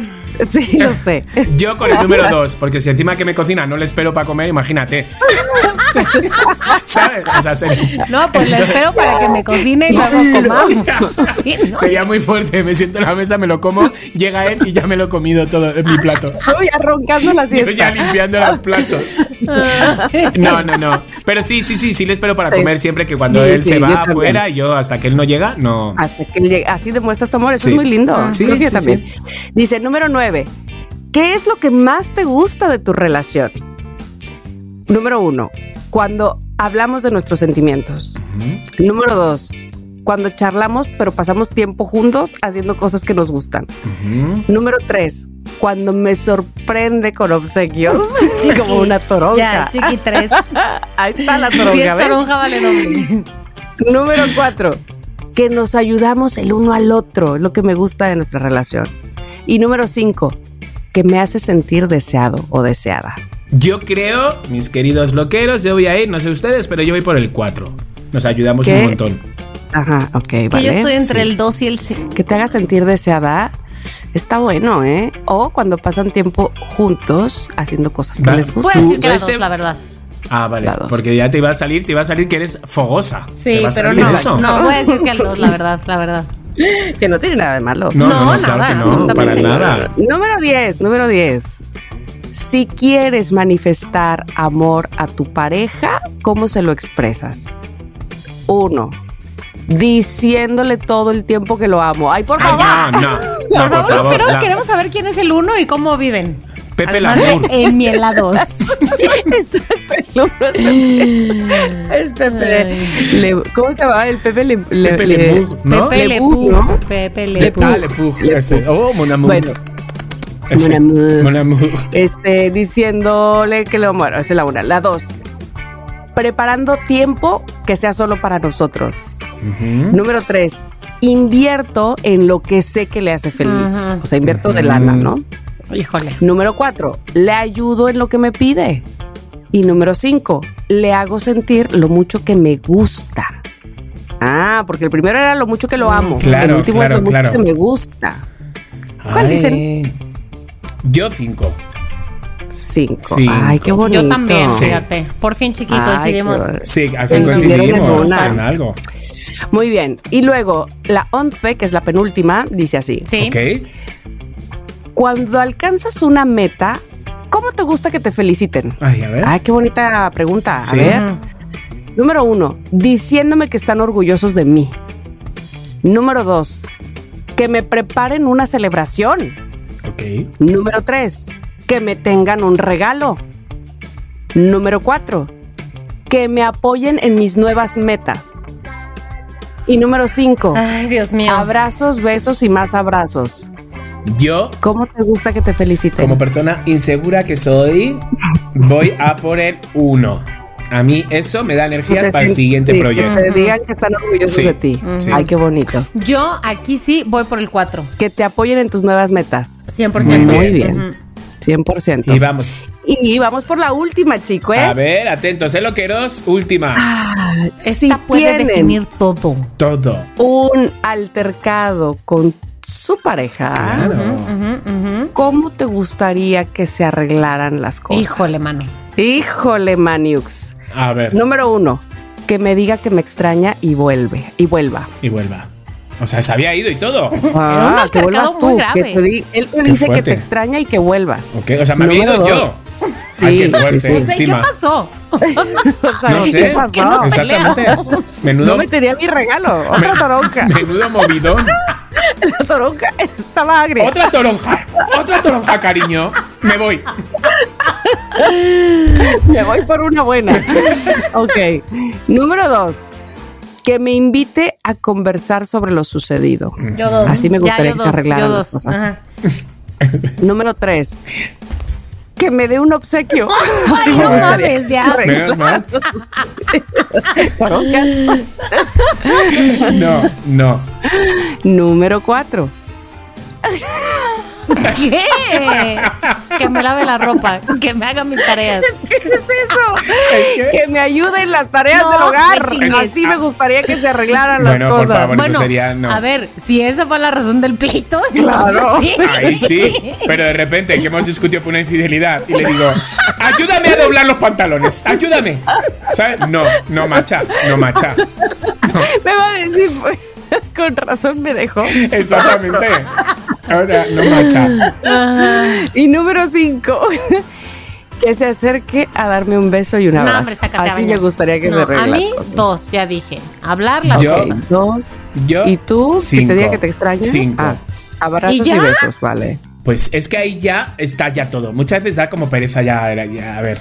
Speaker 3: Sí, lo sé.
Speaker 2: Yo con el número 2, porque si encima que me cocina no le espero para comer, imagínate. ¿Sabes? O sea, sería,
Speaker 1: No, pues la espero para que me cocine y luego comamos. Sí, ¿no?
Speaker 2: sería muy fuerte. Me siento en la mesa, me lo como, llega él y ya me lo he comido todo en mi plato.
Speaker 3: Yo ya roncando la
Speaker 2: Yo ya
Speaker 3: siesta.
Speaker 2: limpiando los platos. No, no, no. Pero sí, sí, sí, sí le espero para comer siempre que cuando
Speaker 3: Sí,
Speaker 2: él
Speaker 3: sí,
Speaker 2: se
Speaker 3: yo
Speaker 2: va
Speaker 3: también. Ah.
Speaker 2: afuera, yo hasta que él no llega, no.
Speaker 3: Hasta que llegue- así demuestras tu amor, eso
Speaker 2: Sí.
Speaker 3: es muy lindo.
Speaker 2: Sí,
Speaker 3: Creo que yo
Speaker 2: sí,
Speaker 3: también. Dice número 9. ¿Qué es lo que más te gusta de tu relación? Número 1. Cuando hablamos de nuestros sentimientos. Número 2. Cuando charlamos, pero pasamos tiempo juntos haciendo cosas que nos gustan.
Speaker 2: Ujú.
Speaker 3: Número 3. Cuando me sorprende con obsequios, como una
Speaker 1: Ya,
Speaker 3: toronja. Ah,
Speaker 1: chiqui 3.
Speaker 3: Ahí está la
Speaker 1: Si
Speaker 3: toronja,
Speaker 1: es
Speaker 3: ¿ves?
Speaker 1: toronja, vale doble.
Speaker 3: Número cuatro, que nos ayudamos el uno al otro, es lo que me gusta de nuestra relación. Y número cinco, que me hace sentir deseado o deseada.
Speaker 2: Yo creo, mis queridos loqueros, yo voy a ir, no sé ustedes, pero yo voy por el 4. Nos ayudamos
Speaker 3: ¿Qué?
Speaker 2: un montón.
Speaker 3: Ajá, ok,
Speaker 1: Que
Speaker 3: vale.
Speaker 1: yo estoy entre
Speaker 2: sí.
Speaker 1: el 2 y el 5.
Speaker 3: Que te haga sentir deseada. Está bueno, ¿eh? O cuando pasan tiempo juntos haciendo cosas que
Speaker 2: Va.
Speaker 3: les
Speaker 1: Voy a
Speaker 3: gustan.
Speaker 2: Tú,
Speaker 1: decir que la 2,
Speaker 2: este-
Speaker 1: la verdad.
Speaker 2: Ah, vale.
Speaker 3: La dos.
Speaker 2: Porque ya te iba a salir, te iba a salir que eres fogosa.
Speaker 1: Sí,
Speaker 2: Te va a
Speaker 1: pero
Speaker 2: salir
Speaker 1: no.
Speaker 2: eso.
Speaker 1: No, voy a decir que el 2, la verdad, la verdad.
Speaker 3: Que no tiene nada de malo.
Speaker 2: No,
Speaker 1: No,
Speaker 2: no, no,
Speaker 1: nada,
Speaker 2: claro que no, para
Speaker 1: absolutamente
Speaker 2: nada.
Speaker 3: Número 10, número 10. Si quieres manifestar amor a tu pareja, ¿cómo se lo expresas? Uno, diciéndole todo el tiempo que lo amo. Ay, por
Speaker 2: Ah,
Speaker 3: favor.
Speaker 2: ya, no. No,
Speaker 1: Por favor, los perros
Speaker 2: la-
Speaker 1: queremos saber quién es el 1 y cómo viven.
Speaker 2: Pepe
Speaker 1: Además de
Speaker 2: Lamour.
Speaker 1: En mi helado. Pepe
Speaker 3: Exacto, el uno es Pepe. Es Pepe. Le- ¿Cómo se llama? El Pepe le, le-
Speaker 2: Pepe
Speaker 3: le-
Speaker 2: Lemur, ¿no?
Speaker 1: Le
Speaker 3: Pepe Lemur,
Speaker 1: Pou,
Speaker 3: ¿no?
Speaker 1: Pepe Le
Speaker 3: Le
Speaker 1: Pou.
Speaker 3: Pou.
Speaker 2: Ah, Le Pug, ese. Oh, Mon Amour.
Speaker 3: Bueno,
Speaker 2: Ese.
Speaker 3: Mon Amour.
Speaker 2: Mon Amour.
Speaker 3: este, diciéndole que lo muero. Esa es la una. La dos, preparando tiempo que sea solo para nosotros. Número tres, invierto en lo que sé que le hace feliz. O sea, invierto de lana, ¿no?
Speaker 1: Híjole.
Speaker 3: Número cuatro, le ayudo en lo que me pide. Y número cinco, le hago sentir lo mucho que me gusta. Ah, porque el primero era lo mucho que lo amo.
Speaker 2: Claro,
Speaker 3: el último
Speaker 2: claro,
Speaker 3: es lo
Speaker 2: claro.
Speaker 3: mucho que me gusta. ¿Cuál dicen?
Speaker 2: Yo cinco.
Speaker 3: Cinco.
Speaker 2: Cinco.
Speaker 3: Ay, qué bonito.
Speaker 1: Yo también,
Speaker 2: Sí.
Speaker 1: fíjate. Por fin, chiquito,
Speaker 3: Ay,
Speaker 1: decidimos.
Speaker 3: qué bonito.
Speaker 2: Sí, al fin
Speaker 3: Coincidieron en
Speaker 2: coincidimos en
Speaker 3: una.
Speaker 2: algo.
Speaker 3: Muy bien. Y luego, la once, que es la penúltima, dice así.
Speaker 1: Sí.
Speaker 2: Ok.
Speaker 3: Cuando alcanzas una meta, ¿cómo te gusta que te feliciten?
Speaker 2: Ay, a ver.
Speaker 3: Ay, qué bonita pregunta.
Speaker 2: ¿Eh? Sí.
Speaker 3: A ver. Número uno, diciéndome que están orgullosos de mí. Número dos, que me preparen una celebración.
Speaker 2: Ok.
Speaker 3: Número tres, que me tengan un regalo. Número cuatro, que me apoyen en mis nuevas metas. Y número cinco,
Speaker 1: Ay, Dios mío.
Speaker 3: abrazos, besos y más abrazos.
Speaker 2: Yo,
Speaker 3: ¿Cómo te gusta que te feliciten?
Speaker 2: como persona insegura que soy, voy a por el uno. A mí eso me da energías
Speaker 3: Que
Speaker 2: para el
Speaker 3: te-
Speaker 2: siguiente
Speaker 3: sí,
Speaker 2: proyecto.
Speaker 3: Que te digan que están orgullosos
Speaker 2: Sí,
Speaker 3: de ti.
Speaker 2: sí.
Speaker 3: Ay, qué bonito.
Speaker 1: Yo aquí sí voy por el 4.
Speaker 3: Que te apoyen en tus nuevas metas.
Speaker 1: 100%.
Speaker 3: Muy bien.
Speaker 1: Ujú.
Speaker 3: 100%.
Speaker 2: Y vamos.
Speaker 3: Y vamos por la última, chicos.
Speaker 2: A ver, atentos, ¿eh, loqueros? Última.
Speaker 1: Esta
Speaker 3: si
Speaker 1: puede
Speaker 3: tienen
Speaker 1: definir todo.
Speaker 2: Todo.
Speaker 3: un altercado con su pareja,
Speaker 2: Claro.
Speaker 3: ¿cómo te gustaría que se arreglaran las cosas?
Speaker 1: Híjole, mano.
Speaker 3: Híjole, Maniux.
Speaker 2: A ver.
Speaker 3: Número uno, que me diga que me extraña y vuelve, y vuelva.
Speaker 2: Y vuelva. O sea, se había ido y todo.
Speaker 1: Era un
Speaker 3: Ah, que
Speaker 1: altercado
Speaker 3: vuelvas
Speaker 1: muy
Speaker 3: tú.
Speaker 1: grave.
Speaker 3: que te di- él te dice que
Speaker 2: fuerte.
Speaker 3: te extraña y que vuelvas.
Speaker 2: Ok, o sea, me había
Speaker 3: Número
Speaker 2: ido
Speaker 3: dos.
Speaker 2: yo.
Speaker 3: Sí,
Speaker 2: Ay, qué
Speaker 3: sí,
Speaker 2: fuerte.
Speaker 3: sí.
Speaker 1: O sea, ¿y Pues, ¿qué
Speaker 2: Encima.
Speaker 1: pasó?
Speaker 3: O sea,
Speaker 2: No
Speaker 3: ¿qué
Speaker 2: sé.
Speaker 3: pasó?
Speaker 1: ¿Qué nos
Speaker 2: Exactamente.
Speaker 1: peleamos?
Speaker 3: No
Speaker 2: Menudo,
Speaker 3: me tenía mi regalo. Otra toronca.
Speaker 2: menudo movidón.
Speaker 3: La toronca estaba agria.
Speaker 2: Otra toronja. Otra toronja, cariño. Me voy.
Speaker 3: Me voy por una buena. ok. Número dos. Que me invite a conversar sobre lo sucedido.
Speaker 2: Mm.
Speaker 1: Yo dos.
Speaker 3: Así me
Speaker 1: Ya,
Speaker 3: gustaría
Speaker 1: yo
Speaker 3: que se
Speaker 1: dos,
Speaker 3: arreglaran
Speaker 1: yo
Speaker 3: las
Speaker 1: dos.
Speaker 3: cosas.
Speaker 1: Ajá.
Speaker 3: Número tres. Que me dé un obsequio. Así me
Speaker 2: no
Speaker 3: gustaría
Speaker 1: mames,
Speaker 3: que se
Speaker 1: ya.
Speaker 3: arreglaran
Speaker 2: Menos mal.
Speaker 3: las cosas.
Speaker 2: No, no.
Speaker 3: Número cuatro.
Speaker 1: ¿Qué? que me lave la ropa, que me haga mis tareas.
Speaker 3: ¿Qué es eso?
Speaker 2: Es que-
Speaker 3: Que me ayude en las tareas
Speaker 1: No,
Speaker 3: del hogar.
Speaker 1: me chingues.
Speaker 3: Así me gustaría que se arreglaran
Speaker 2: Ah.
Speaker 3: las
Speaker 2: Bueno, por
Speaker 3: cosas.
Speaker 2: favor. Bueno, eso
Speaker 1: bueno,
Speaker 2: sería no.
Speaker 1: a ver, si esa fue la razón del pleito,
Speaker 3: Claro.
Speaker 1: entonces sí.
Speaker 2: Ahí sí. Pero de repente que hemos discutido por una infidelidad y le digo, ayúdame a doblar los pantalones. Ayúdame. ¿Sabes? No, no macha, no macha.
Speaker 3: Me va a decir, con razón me dejó.
Speaker 2: Exactamente. Ahora, no macha.
Speaker 1: Ah.
Speaker 3: Y número 5, que se acerque a darme un beso y un
Speaker 1: No,
Speaker 3: abrazo.
Speaker 1: hombre, sácate a
Speaker 3: Así
Speaker 1: bañar.
Speaker 3: me gustaría que
Speaker 1: No,
Speaker 3: se arreglen
Speaker 1: A mí,
Speaker 3: las cosas.
Speaker 1: dos, ya dije. Hablar las
Speaker 2: Yo-
Speaker 1: cosas.
Speaker 3: Dos.
Speaker 2: Yo.
Speaker 3: ¿Y tú? Que
Speaker 2: cinco.
Speaker 3: te diga que te extraña.
Speaker 2: Cinco.
Speaker 3: Ah, abrazos
Speaker 1: ¿Y
Speaker 3: ¿Y,
Speaker 1: ya?
Speaker 3: besos, vale.
Speaker 2: Pues es que ahí ya está ya todo. Muchas veces da como pereza ya, ya, a ver,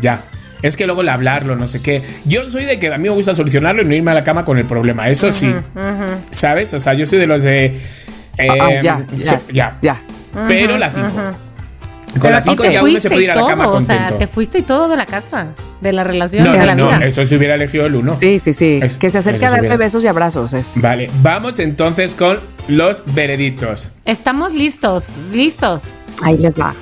Speaker 2: ya. Es que luego el hablarlo, no sé qué. Yo soy de que a mí me gusta solucionarlo y no irme a la cama con el problema. Eso sí. ¿Sabes? O sea, yo soy de los de.
Speaker 3: Ah,
Speaker 2: em,
Speaker 3: ya,
Speaker 2: so-
Speaker 3: ya, ya.
Speaker 2: Pero la 5. Con
Speaker 1: Pero
Speaker 2: la
Speaker 1: a ti
Speaker 2: 5
Speaker 1: te
Speaker 2: ya uno se
Speaker 1: fuiste
Speaker 2: puede
Speaker 1: y
Speaker 2: ir a la
Speaker 1: todo,
Speaker 2: cama
Speaker 1: o sea,
Speaker 2: contento.
Speaker 1: te fuiste y todo de la casa, de la relación,
Speaker 2: no,
Speaker 1: de la
Speaker 2: no,
Speaker 1: vida.
Speaker 2: no, eso se hubiera elegido el 1.
Speaker 3: Sí, sí, sí.
Speaker 2: Es-
Speaker 3: que se acerque
Speaker 2: eso
Speaker 3: a
Speaker 2: se
Speaker 3: darme
Speaker 2: viene.
Speaker 3: besos y abrazos. Es.
Speaker 2: Vale, vamos entonces con los veredictos.
Speaker 1: Estamos listos, listos.
Speaker 3: Ahí les va.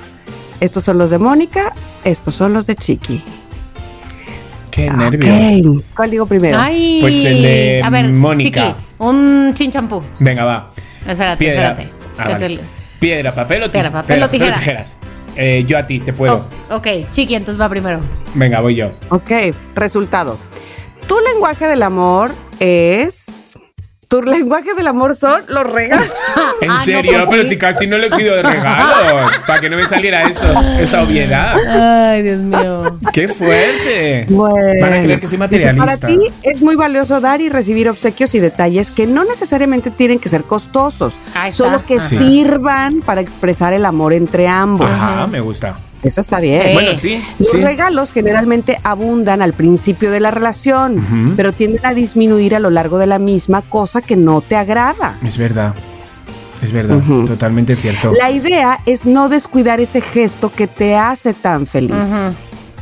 Speaker 3: Estos son los de Mónica, estos son los de Chiqui.
Speaker 1: Ah,
Speaker 3: Ah,
Speaker 2: Qué
Speaker 3: Ok.
Speaker 2: nervios.
Speaker 3: ¿Cuál digo primero?
Speaker 1: Ay,
Speaker 2: Pues el de
Speaker 1: a ver,
Speaker 2: Mónica.
Speaker 1: Chiqui, un chinchampú.
Speaker 2: Venga, va.
Speaker 1: Espérate,
Speaker 2: Piedra.
Speaker 1: espérate.
Speaker 2: Ah,
Speaker 1: Es
Speaker 2: vale.
Speaker 1: el-
Speaker 2: Piedra, papel o
Speaker 1: Piedra,
Speaker 2: tij-
Speaker 1: papel o tijera.
Speaker 2: tijeras. Eh, yo a ti, te puedo.
Speaker 1: Oh, ok, Chiqui, entonces va primero.
Speaker 2: Venga, voy yo.
Speaker 3: Ok, resultado. Tu lenguaje del amor es. Tu lenguaje del amor son los regalos.
Speaker 2: En
Speaker 1: Ah, no,
Speaker 2: serio,
Speaker 1: pues
Speaker 2: pero
Speaker 1: sí.
Speaker 2: si casi no le pido regalos. para que no me saliera eso, esa obviedad.
Speaker 1: Ay, Dios mío.
Speaker 2: ¡Qué fuerte!
Speaker 3: Bueno.
Speaker 2: Van a creer que soy
Speaker 3: Dice,
Speaker 2: materialista.
Speaker 3: Para ti es muy valioso dar y recibir obsequios y detalles que no necesariamente tienen que ser costosos,
Speaker 1: Ahí está.
Speaker 3: solo que
Speaker 1: Ajá.
Speaker 3: sirvan para expresar el amor entre ambos.
Speaker 2: Ajá, me gusta.
Speaker 3: Eso está bien.
Speaker 1: Sí.
Speaker 2: Bueno, sí.
Speaker 3: Eh, Los
Speaker 2: sí.
Speaker 3: regalos generalmente abundan al principio de la relación, pero tienden a disminuir a lo largo de la misma, cosa que no te agrada.
Speaker 2: Es verdad. Es verdad.
Speaker 3: Ujú.
Speaker 2: Totalmente cierto.
Speaker 3: La idea es no descuidar ese gesto que te hace tan feliz.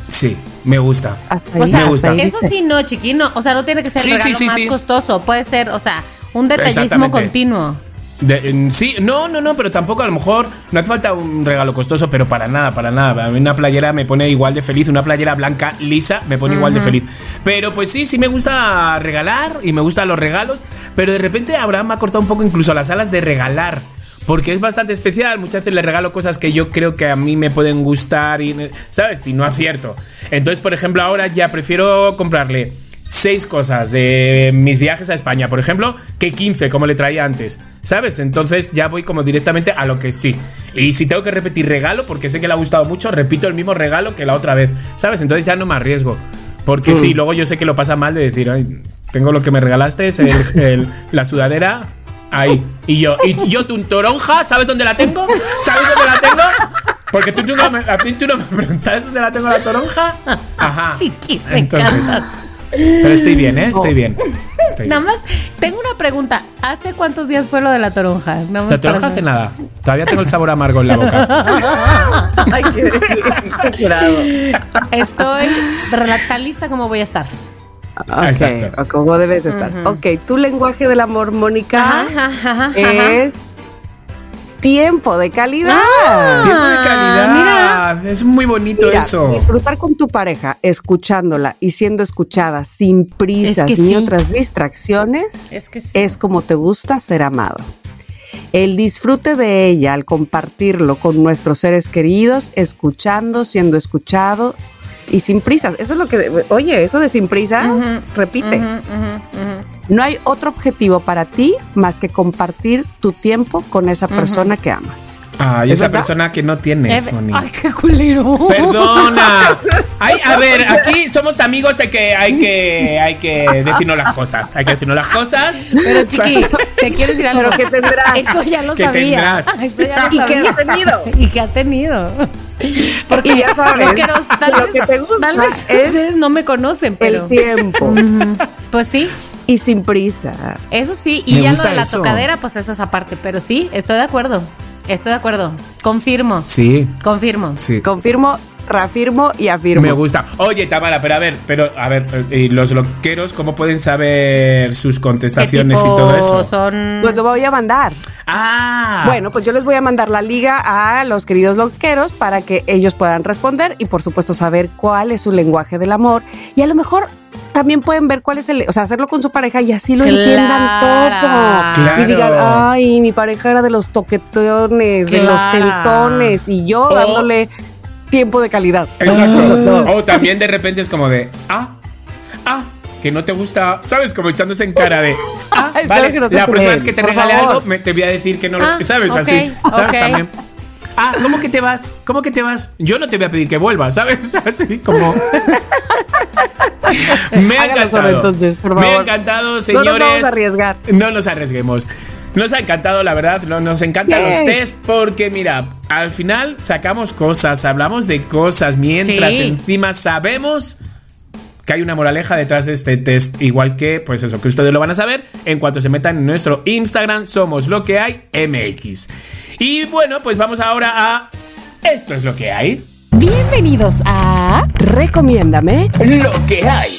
Speaker 2: Sí, me gusta.
Speaker 3: Hasta ahí,
Speaker 1: O sea,
Speaker 2: Me gusta.
Speaker 3: hasta ahí
Speaker 1: eso
Speaker 3: dice.
Speaker 1: sí no, Chiqui, no. O sea, no tiene que ser el
Speaker 2: Sí, sí,
Speaker 1: regalo
Speaker 2: sí,
Speaker 1: más
Speaker 2: sí.
Speaker 1: costoso. Puede ser, o sea, un detallismo
Speaker 2: Exactamente.
Speaker 1: continuo.
Speaker 2: De- en- sí, no, no, no, pero tampoco a lo mejor no hace falta un regalo costoso, pero para nada, para nada. A mí Una playera me pone igual de feliz, una playera blanca lisa me pone igual de feliz. Pero pues sí, sí me gusta regalar y me gustan los regalos, pero de repente Abraham me ha cortado un poco incluso las alas de regalar. Porque es bastante especial, muchas veces le regalo cosas que yo creo que a mí me pueden gustar y, ¿sabes? Si no acierto. Entonces, por ejemplo, ahora ya prefiero comprarle seis cosas de mis viajes a España, por ejemplo, que 15, como le traía antes. ¿Sabes? Entonces ya voy como directamente a lo que sí. Y si tengo que repetir regalo, porque sé que le ha gustado mucho, repito el mismo regalo que la otra vez. ¿Sabes? Entonces ya no me arriesgo. Porque sí, luego yo sé que lo pasa mal de decir, ay, tengo lo que me regalaste, es el- el- la sudadera. Ahí. Y yo, y yo tu toronja, ¿sabes dónde la tengo? ¿Sabes dónde la tengo? Porque tú, tú no me, a mí tú no me preguntas, ¿sabes dónde la tengo la toronja? Ajá.
Speaker 1: Chiqui, me Oh. encantas.
Speaker 2: Pero estoy bien, ¿eh? Estoy bien. Estoy
Speaker 1: Nada
Speaker 2: bien.
Speaker 1: más, tengo una pregunta. ¿Hace cuántos días fue lo de la toronja? Nada más
Speaker 2: La toronja
Speaker 1: para Ah,
Speaker 2: hace
Speaker 1: saber.
Speaker 2: nada. Todavía tengo el sabor amargo en la boca.
Speaker 3: Ay, qué curado.
Speaker 1: Estoy rela- tan lista como voy a estar.
Speaker 2: Exacto.
Speaker 3: o como debes estar. Ok, tu lenguaje del amor, Mónica,
Speaker 1: Ajá, ajá, ajá,
Speaker 3: es tiempo de calidad.
Speaker 1: Ah,
Speaker 2: Tiempo de calidad. Es muy bonito
Speaker 3: Mira,
Speaker 2: eso.
Speaker 3: Disfrutar con tu pareja, escuchándola y siendo escuchada sin prisas
Speaker 1: Es que
Speaker 3: ni
Speaker 1: sí.
Speaker 3: otras distracciones,
Speaker 1: Es que sí.
Speaker 3: es como te gusta ser amado. El disfrute de ella al compartirlo con nuestros seres queridos, escuchando, siendo escuchado y sin prisas. Eso es lo que, oye, eso de sin prisas, repite. No hay otro objetivo para ti más que compartir tu tiempo con esa persona que amas.
Speaker 2: Ay,
Speaker 3: ¿Es
Speaker 2: esa
Speaker 3: verdad?
Speaker 2: persona que no tienes,
Speaker 1: Eh,
Speaker 2: Moni.
Speaker 1: Ay, qué culero.
Speaker 2: Perdona. Ay, a ver, aquí somos amigos, hay que, hay que, hay que decirnos las cosas. Hay que decirnos las cosas.
Speaker 1: Pero chiqui, te quiero decir algo.
Speaker 3: Pero que tendrás.
Speaker 1: Eso ya lo
Speaker 2: Que
Speaker 1: sabía.
Speaker 2: tendrás.
Speaker 1: Eso ya lo
Speaker 3: Y que
Speaker 1: sabía.
Speaker 3: has tenido.
Speaker 1: Y que has tenido.
Speaker 3: y ya sabes,
Speaker 1: Lo que, nos- tal
Speaker 3: lo
Speaker 1: vez-
Speaker 3: que te gusta
Speaker 1: tal vez ustedes
Speaker 3: es
Speaker 1: no me conocen, pero.
Speaker 3: el tiempo
Speaker 1: Pues sí,
Speaker 3: y sin prisa.
Speaker 1: eso sí. Y
Speaker 2: Me
Speaker 1: ya lo
Speaker 2: gusta
Speaker 1: de la
Speaker 2: eso.
Speaker 1: tocadera, pues eso es aparte. Pero sí, estoy de acuerdo. Estoy de acuerdo. Confirmo.
Speaker 2: Sí,
Speaker 1: Confirmo.
Speaker 2: sí.
Speaker 3: Confirmo, reafirmo y afirmo.
Speaker 2: Me gusta. Oye, Tamara, pero a ver, pero a ver, eh, los loqueros, ¿cómo pueden saber sus
Speaker 1: ¿Qué
Speaker 2: contestaciones
Speaker 1: tipo
Speaker 2: y todo eso?
Speaker 1: son?
Speaker 3: Pues lo voy a mandar.
Speaker 2: Ah,
Speaker 3: Bueno, pues yo les voy a mandar la liga a los queridos loqueros para que ellos puedan responder y por supuesto saber cuál es su lenguaje del amor y a lo mejor también pueden ver cuál es el, o sea, hacerlo con su pareja y así lo
Speaker 1: Claro.
Speaker 3: entiendan todo.
Speaker 2: Claro.
Speaker 3: Y digan, ay, mi pareja era de los toquetones, de los
Speaker 1: Claro.
Speaker 3: tentones y yo
Speaker 2: O-
Speaker 3: dándole tiempo de calidad. Ah.
Speaker 2: Exacto. O también de repente es como de, ah, ah, que no te gusta, ¿sabes? Como echándose en cara de, ah,
Speaker 3: Ay,
Speaker 2: vale,
Speaker 3: espero que no te
Speaker 2: la próxima vez
Speaker 3: peguen,
Speaker 2: que te
Speaker 3: por
Speaker 2: regale
Speaker 3: favor.
Speaker 2: algo, me, te voy a decir que no
Speaker 1: Ah,
Speaker 2: lo, ¿sabes?
Speaker 1: ok,
Speaker 2: Así, ¿sabes?
Speaker 1: ok.
Speaker 2: También. Ah, ¿cómo que te vas? ¿Cómo que te vas? Yo no te voy a pedir que vuelvas, ¿sabes? Así como... Me ha
Speaker 3: Háganos
Speaker 2: encantado.
Speaker 3: ahora entonces, por
Speaker 2: Me ha
Speaker 3: favor.
Speaker 2: encantado,
Speaker 3: No nos
Speaker 2: señores.
Speaker 3: vamos a arriesgar.
Speaker 2: No nos arriesguemos. Nos ha encantado, la verdad, no- nos encantan
Speaker 3: Yay.
Speaker 2: los test porque, mira, al final sacamos cosas, hablamos de cosas, mientras
Speaker 1: Sí.
Speaker 2: encima sabemos que hay una moraleja detrás de este test, igual que, pues eso, que ustedes lo van a saber en cuanto se metan en nuestro Instagram, somos lo que hay MX. Y bueno, pues vamos ahora a... Esto es lo que hay.
Speaker 1: Bienvenidos a.
Speaker 3: Recomiéndame.
Speaker 2: Lo que hay.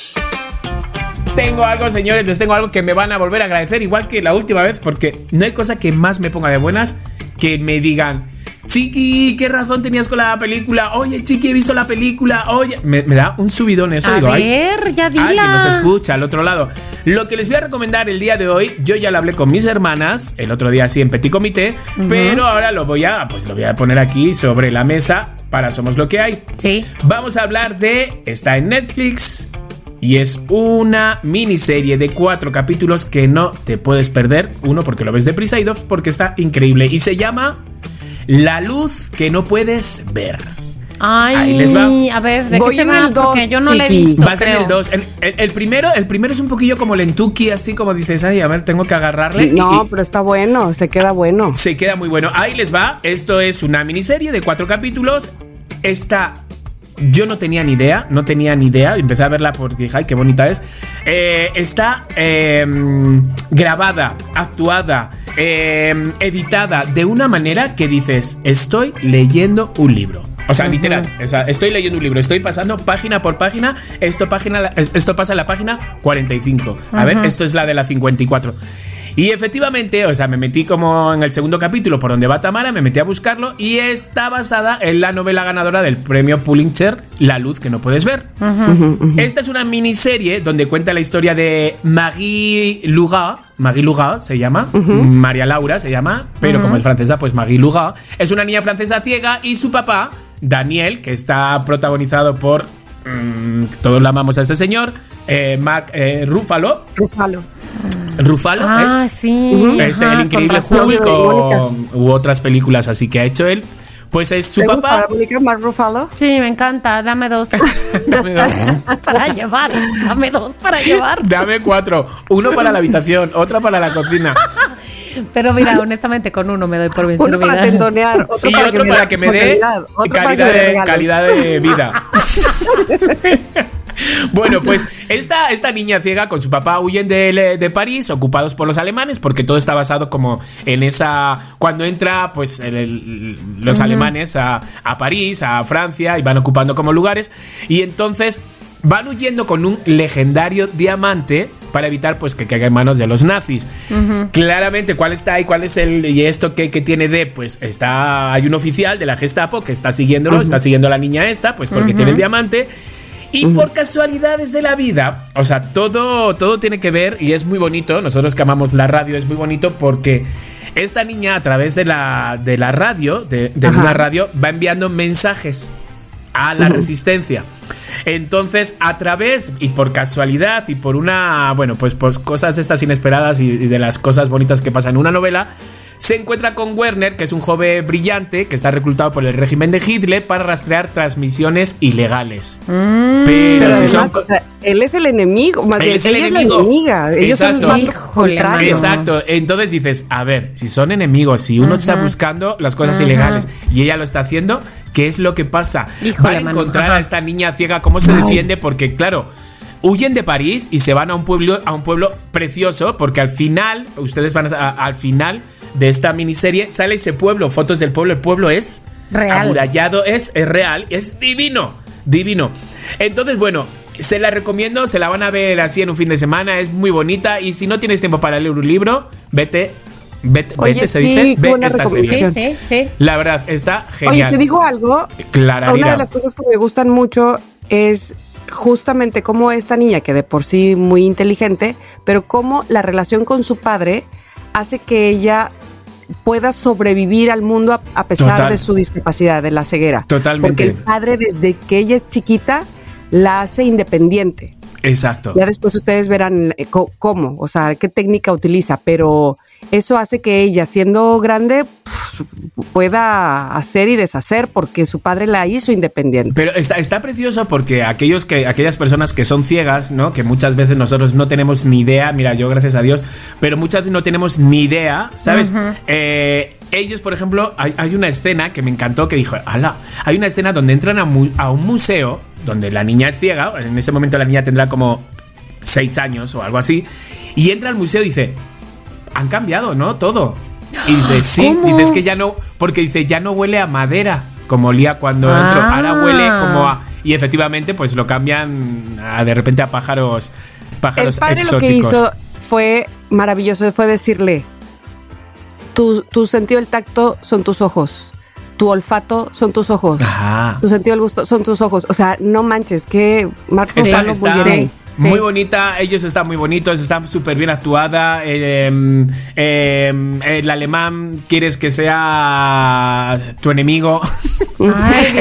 Speaker 2: Tengo algo, señores, les tengo algo que me van a volver a agradecer, igual que la última vez, porque no hay cosa que más me ponga de buenas que me digan, Chiqui, ¿qué razón tenías con la película? Oye, Chiqui, he visto la película, oye. Me, me da un subidón eso,
Speaker 1: a
Speaker 2: digo, "Ay,
Speaker 1: ver, ya dila.
Speaker 2: Alguien nos escucha al otro lado. Lo que les voy a recomendar el día de hoy, yo ya lo hablé con mis hermanas, el otro día sí en Petit Comité, pero ahora lo voy a, pues lo voy a poner aquí sobre la mesa para Somos lo que hay.
Speaker 1: Sí.
Speaker 2: Vamos a hablar de. Está en Netflix. Y es una miniserie de cuatro capítulos que no te puedes perder. Uno porque lo ves deprisa y dos porque está increíble. Y se llama La luz que no puedes ver.
Speaker 1: Ay,
Speaker 2: Ahí les va.
Speaker 1: a ver, ¿de
Speaker 3: Voy
Speaker 1: qué se
Speaker 3: en
Speaker 1: va?
Speaker 3: el dos,
Speaker 1: Porque yo no le he
Speaker 3: chiqui.
Speaker 1: visto.
Speaker 2: Va a ser
Speaker 1: creo.
Speaker 2: el 2. El, el- el primero, el primero es un poquillo como lentuki, así como dices, ay, a ver, tengo que agarrarle. y-
Speaker 3: No,
Speaker 2: y-
Speaker 3: pero está bueno, se queda bueno.
Speaker 2: Se queda muy bueno. Ahí les va. Esto es una miniserie de cuatro capítulos. Esta. Yo no tenía ni idea, no tenía ni idea. Empecé a verla porque dije, ay, qué bonita es. Eh, está eh, grabada, actuada, eh, editada de una manera que dices, estoy leyendo un libro. O sea, literal, o sea, estoy leyendo un libro, estoy pasando página por página, esto, página, esto pasa en la página 45. A ver, esto es la de la 54. Y efectivamente, o sea, me metí como en el segundo capítulo por donde va Tamara, me metí a buscarlo y está basada en la novela ganadora del premio Pulitzer, La luz que no puedes ver. Esta es una miniserie donde cuenta la historia de Marie Lugat, Marie Lugat se llama, María Laura se llama, pero como es francesa, pues Marie Lugat es una niña francesa ciega y su papá, Daniel, que está protagonizado por mm, todos la amamos a ese señor, eh, Mark eh, Ruffalo,
Speaker 3: Rufalo.
Speaker 2: Rufalo
Speaker 1: Ah,
Speaker 2: es,
Speaker 1: sí.
Speaker 2: este,
Speaker 1: ajá,
Speaker 2: el increíble
Speaker 1: con razón.
Speaker 2: Hulk
Speaker 3: de
Speaker 2: o- u otras películas así que ha hecho él, pues es su
Speaker 3: ¿Te gusta
Speaker 2: papá.
Speaker 3: la Mónica Mark Ruffalo?
Speaker 1: Sí, me encanta. Dame dos.
Speaker 2: Dame dos.
Speaker 1: para llevar. Dame dos para llevar.
Speaker 2: Dame cuatro, uno para la habitación, otra para la cocina
Speaker 1: Pero mira, honestamente, con uno me doy por bien
Speaker 3: Uno para
Speaker 1: servida.
Speaker 3: tentonear, otro
Speaker 2: y
Speaker 3: para
Speaker 2: otro
Speaker 3: que
Speaker 2: para que me dé
Speaker 3: calidad, otro para que
Speaker 2: calidad,
Speaker 3: me
Speaker 2: de,
Speaker 3: regale.
Speaker 2: calidad de vida. Bueno, pues esta, esta niña ciega con su papá huyen de, de París, ocupados por los alemanes, porque todo está basado como en esa... Cuando entra, pues, el- el- los alemanes a, a París, a Francia, y van ocupando como lugares, y entonces van huyendo con un legendario diamante para evitar pues que caiga en manos de los nazis. Claramente, ¿cuál está ahí? ¿Cuál es el y esto que, tiene de? Pues está hay un oficial de la Gestapo que está siguiéndolo, está siguiendo a la niña esta, pues porque tiene el diamante. Y por casualidades de la vida, o sea, todo, todo tiene que ver y es muy bonito. Nosotros que amamos la radio es muy bonito porque esta niña a través de la, de la radio, de, de
Speaker 3: Ajá.
Speaker 2: una radio, va enviando mensajes a la resistencia. Entonces, a través y por casualidad y por una, bueno, pues por cosas estas inesperadas y, y de las cosas bonitas que pasan en una novela, se encuentra con Werner, que es un joven brillante que está reclutado por el régimen de Hitler para rastrear transmisiones ilegales.
Speaker 1: Mm,
Speaker 2: Pero,
Speaker 3: Pero
Speaker 2: si son
Speaker 3: además, o sea, él es el enemigo, más
Speaker 2: Él
Speaker 3: bien,
Speaker 2: es el
Speaker 3: ella
Speaker 2: enemigo.
Speaker 3: es la enemiga. Ellos
Speaker 2: Exacto.
Speaker 3: son bandos
Speaker 1: Híjole,
Speaker 3: contrarios.
Speaker 2: Exacto. Entonces dices, a ver, si son enemigos, si uno está buscando las cosas ilegales y ella lo está haciendo, ¿qué es lo que pasa?
Speaker 1: Híjole,
Speaker 2: Van a
Speaker 1: mano,
Speaker 2: encontrar a
Speaker 1: ajá.
Speaker 2: esta niña ciega, cómo se defiende, porque claro. Huyen de París y se van a un pueblo, a un pueblo precioso, porque al final, ustedes van a- al final de esta miniserie, sale ese pueblo, fotos del pueblo. El pueblo es
Speaker 1: Real.
Speaker 2: amurallado, es, es real, es divino, divino. Entonces, bueno, se la recomiendo, se la van a ver así en un fin de semana, es muy bonita y si no tienes tiempo para leer un libro, vete, vete,
Speaker 3: Oye,
Speaker 2: vete, se
Speaker 3: sí,
Speaker 2: dice,
Speaker 3: qué
Speaker 2: ve
Speaker 3: buena
Speaker 2: esta
Speaker 1: Sí,
Speaker 2: serie.
Speaker 3: recomendación.
Speaker 1: sí, sí.
Speaker 2: La verdad, está
Speaker 3: Oye,
Speaker 2: genial.
Speaker 3: te digo algo.
Speaker 2: Clara,
Speaker 3: Una
Speaker 2: mira.
Speaker 3: de las cosas que me gustan mucho es justamente cómo esta niña, que de por sí muy inteligente, pero cómo la relación con su padre hace que ella pueda sobrevivir al mundo a, a pesar
Speaker 2: Total.
Speaker 3: de su discapacidad, de la ceguera.
Speaker 2: Totalmente.
Speaker 3: Porque el padre, desde que ella es chiquita, la hace independiente.
Speaker 2: Exacto.
Speaker 3: Ya después ustedes verán eh, co- cómo, o sea, qué técnica utiliza, pero eso hace que ella, siendo grande, pf, pueda hacer y deshacer porque su padre la hizo independiente.
Speaker 2: Pero está, está precioso porque aquellos que, aquellas personas que son ciegas, ¿no? Que muchas veces nosotros no tenemos ni idea, mira, yo gracias a Dios, pero muchas veces no tenemos ni idea, ¿sabes? Eh, ellos, por ejemplo, hay, hay una escena que me encantó que dijo, ala, hay una escena donde entran a, mu- a un museo donde la niña es ciega, en ese momento la niña tendrá como seis años o algo así, y entra al museo y dice, han cambiado, ¿no? Todo. Y dices, sí,
Speaker 1: ¿Cómo?
Speaker 2: dices que ya no, porque dice, ya no huele a madera, como olía cuando entro,
Speaker 1: Ah.
Speaker 2: ahora huele como a... Y efectivamente, pues lo cambian a, de repente a pájaros,
Speaker 3: El
Speaker 2: pájaros
Speaker 3: padre lo que
Speaker 2: exóticos.
Speaker 3: hizo fue maravilloso, fue decirle, tu, tu sentido del tacto son tus ojos, tu olfato son tus ojos,
Speaker 2: Ajá.
Speaker 3: tu sentido del gusto son tus ojos. O sea, no manches, que Marcos
Speaker 2: Está,
Speaker 3: Pablo
Speaker 2: está
Speaker 3: muy bien.
Speaker 1: sí.
Speaker 2: muy bonita, ellos están muy bonitos, están súper bien actuada. eh, eh, el alemán quieres que sea tu enemigo.
Speaker 1: Ay,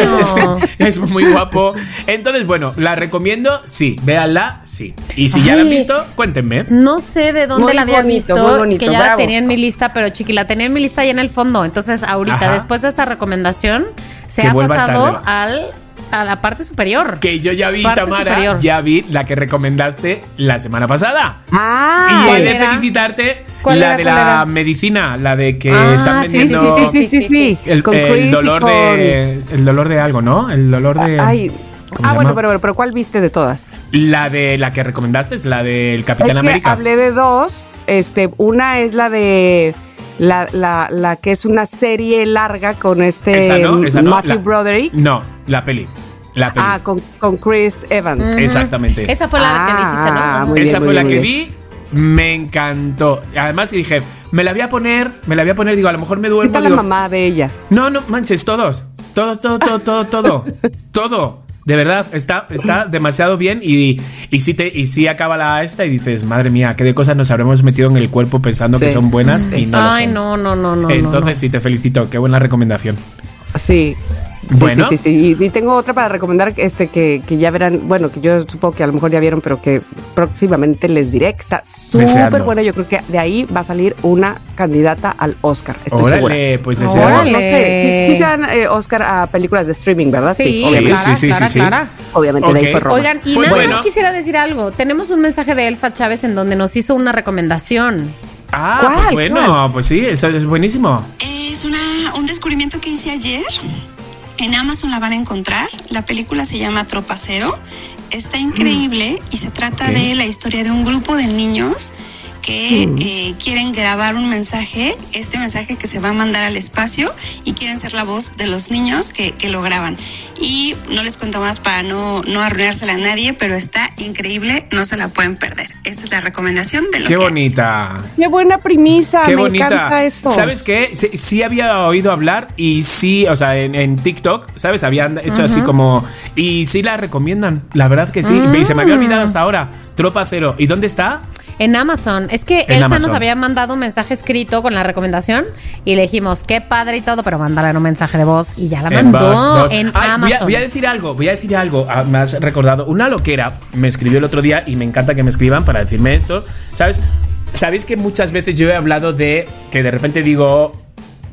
Speaker 2: es,
Speaker 1: Dios mío.
Speaker 2: es- es muy guapo. Entonces, bueno, la recomiendo, sí, véanla, sí. Y si ya la han
Speaker 1: Ay.
Speaker 2: visto, cuéntenme.
Speaker 1: No sé de dónde
Speaker 3: Muy
Speaker 1: la había
Speaker 3: bonito, muy
Speaker 1: visto
Speaker 3: bonito,
Speaker 1: que ya la
Speaker 3: bravo.
Speaker 1: tenía en mi lista, pero chiqui, la tenía en mi lista ya en el fondo. Entonces, ahorita,
Speaker 2: Ajá.
Speaker 1: después de esta recomendación, se
Speaker 2: Que
Speaker 1: ha
Speaker 2: vuelva a estar
Speaker 1: pasado
Speaker 2: debajo.
Speaker 1: al, a la parte superior.
Speaker 2: Que yo ya vi,
Speaker 1: Parte
Speaker 2: Tamara,
Speaker 1: superior.
Speaker 2: ya vi la que recomendaste la semana pasada.
Speaker 3: Ah,
Speaker 2: y he
Speaker 1: ¿cuál
Speaker 2: de
Speaker 1: era?
Speaker 2: felicitarte
Speaker 1: ¿Cuál
Speaker 2: la
Speaker 1: era,
Speaker 2: de
Speaker 1: cuál
Speaker 2: la
Speaker 1: era?
Speaker 2: medicina, la de que
Speaker 1: Ah,
Speaker 2: están
Speaker 1: sí,
Speaker 3: sí, sí,
Speaker 2: vendiendo
Speaker 3: sí, sí, sí, sí,
Speaker 2: El,
Speaker 3: con
Speaker 2: el
Speaker 3: Chris y
Speaker 2: dolor
Speaker 3: con-
Speaker 2: de el dolor de algo, ¿no? El dolor de
Speaker 3: Ay.
Speaker 2: ¿cómo
Speaker 3: Ah,
Speaker 2: se
Speaker 3: bueno,
Speaker 2: llama?
Speaker 3: pero, pero, pero ¿cuál viste de todas?
Speaker 2: la de la que recomendaste es la del Capitán
Speaker 3: es que
Speaker 2: América.
Speaker 3: hablé de dos. Este, una es la de la, la, la que es una serie larga con este
Speaker 2: Esa no, esa no,
Speaker 3: Matthew
Speaker 2: la- Mm,
Speaker 3: Broderick.
Speaker 2: No, la peli. La peli.
Speaker 3: Ah, con, con Chris Evans.
Speaker 2: Exactamente.
Speaker 1: Esa fue la que
Speaker 3: Ah,
Speaker 1: dijiste, ¿no?
Speaker 3: muy bien,
Speaker 2: Esa fue la
Speaker 3: muy
Speaker 2: que
Speaker 3: bien.
Speaker 2: vi. me encantó. Además dije, me la voy a poner, me la voy a poner, digo, a lo mejor me
Speaker 3: ¿Qué
Speaker 2: duermo.
Speaker 3: tal la
Speaker 2: digo,
Speaker 3: mamá de ella?
Speaker 2: No, no, manches, todos. Todo, todo, todo, todo, todo. todo. De verdad, está, está demasiado bien y, y si te, y si acaba la esta y dices, madre mía, qué de cosas nos habremos metido en el cuerpo pensando que
Speaker 3: Sí.
Speaker 2: son buenas y Eh, no lo
Speaker 1: Ay,
Speaker 2: son.
Speaker 1: no, no, no, no.
Speaker 2: Entonces
Speaker 1: no, no.
Speaker 2: sí, te felicito, qué buena recomendación.
Speaker 3: Sí. Sí,
Speaker 2: Bueno.
Speaker 3: Sí, sí, sí. Y, y tengo otra para recomendar este que, que ya verán, bueno, que yo supongo que a lo mejor ya vieron, pero que próximamente les diré que está
Speaker 2: Deseando.
Speaker 3: súper buena. Yo creo que de ahí va a salir una candidata al Oscar. Estoy segura.
Speaker 2: Órale, pues
Speaker 1: Órale.
Speaker 2: deseamos.
Speaker 3: No sé, sí, sí se dan eh, Oscar a películas de streaming, ¿verdad?
Speaker 1: Sí,
Speaker 2: Sí,
Speaker 3: obviamente.
Speaker 1: Clara,
Speaker 2: sí, sí,
Speaker 1: Clara,
Speaker 2: sí, sí.
Speaker 1: Clara.
Speaker 3: Obviamente, de ahí
Speaker 2: Ok.
Speaker 3: fue Roma.
Speaker 1: Oigan, y
Speaker 2: Pues
Speaker 1: nada
Speaker 2: bueno.
Speaker 1: más quisiera decir algo. Tenemos un mensaje de Elsa Chávez en donde nos hizo una recomendación.
Speaker 2: Ah,
Speaker 3: ¿Cuál,
Speaker 2: pues bueno, pues sí, eso es buenísimo.
Speaker 4: Es una, un descubrimiento que hice ayer. En Amazon la van a encontrar. La película se llama Tropa Cero. Está increíble y se trata
Speaker 2: Mm. Ok. Mm.
Speaker 4: de la historia de un grupo de niños que eh, quieren grabar un mensaje, este mensaje que se va a mandar al espacio y quieren ser la voz de los niños que, que lo graban. Y no les cuento más para no, no arruinársela a nadie, pero está increíble, no se la pueden perder. Esa es la recomendación de lo
Speaker 2: Qué
Speaker 4: que
Speaker 2: bonita.
Speaker 3: Qué buena premisa,
Speaker 2: Qué
Speaker 3: me
Speaker 2: bonita.
Speaker 3: encanta eso.
Speaker 2: ¿Sabes qué? Sí, sí había oído hablar y sí, o sea, en, en TikTok, ¿sabes? Habían hecho así como... Y sí la recomiendan, la verdad que sí.
Speaker 3: Mm.
Speaker 2: Y se me había olvidado hasta ahora. Tropa Cero. ¿Y dónde está?
Speaker 1: En Amazon. Es que
Speaker 2: En
Speaker 1: Elsa
Speaker 2: Amazon.
Speaker 1: nos había mandado un mensaje escrito con la recomendación y le dijimos, qué padre y todo, pero mandaron un mensaje de voz y ya la
Speaker 2: En
Speaker 1: mandó
Speaker 2: Buzz, Buzz.
Speaker 1: en
Speaker 2: Ay, voy a-
Speaker 1: Amazon.
Speaker 2: Voy a, decir algo, voy a decir algo. Ah, me has recordado una loquera. Me escribió el otro día y me encanta que me escriban para decirme esto. ¿Sabes? Sabéis que muchas veces yo he hablado de que de repente digo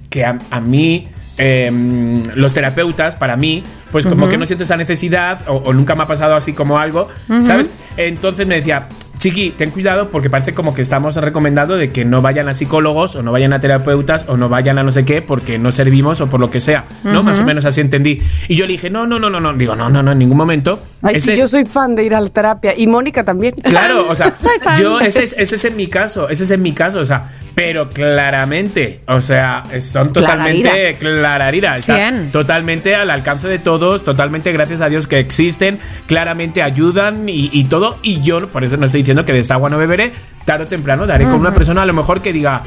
Speaker 2: que a, a mí. em, los terapeutas, para mí, pues como que no siento esa necesidad o, o nunca me ha pasado así como algo, ¿sabes? Entonces me decía, Chiqui, ten cuidado porque parece como que estamos recomendando de que no vayan a psicólogos o no vayan a terapeutas o no vayan a no sé qué porque no servimos o por lo que sea, ¿no? Más o menos así entendí. Y yo le dije, no, no, no, no, no, digo, no, no, no, en ningún momento.
Speaker 3: Ay, sí,
Speaker 2: Ese
Speaker 3: yo
Speaker 2: es-
Speaker 3: soy fan de ir a la terapia. Y Mónica también.
Speaker 2: Claro, o sea,
Speaker 1: Soy fan.
Speaker 2: yo ese es, ese es en mi caso, ese es en mi caso, o sea, pero claramente, o sea, son totalmente clararira, o sea,
Speaker 1: Cien.
Speaker 2: totalmente al alcance de todos, totalmente gracias a Dios que existen, claramente ayudan y, y todo, y yo por eso no estoy diciendo que de esta agua no beberé, tarde o temprano daré con una persona a lo mejor que diga,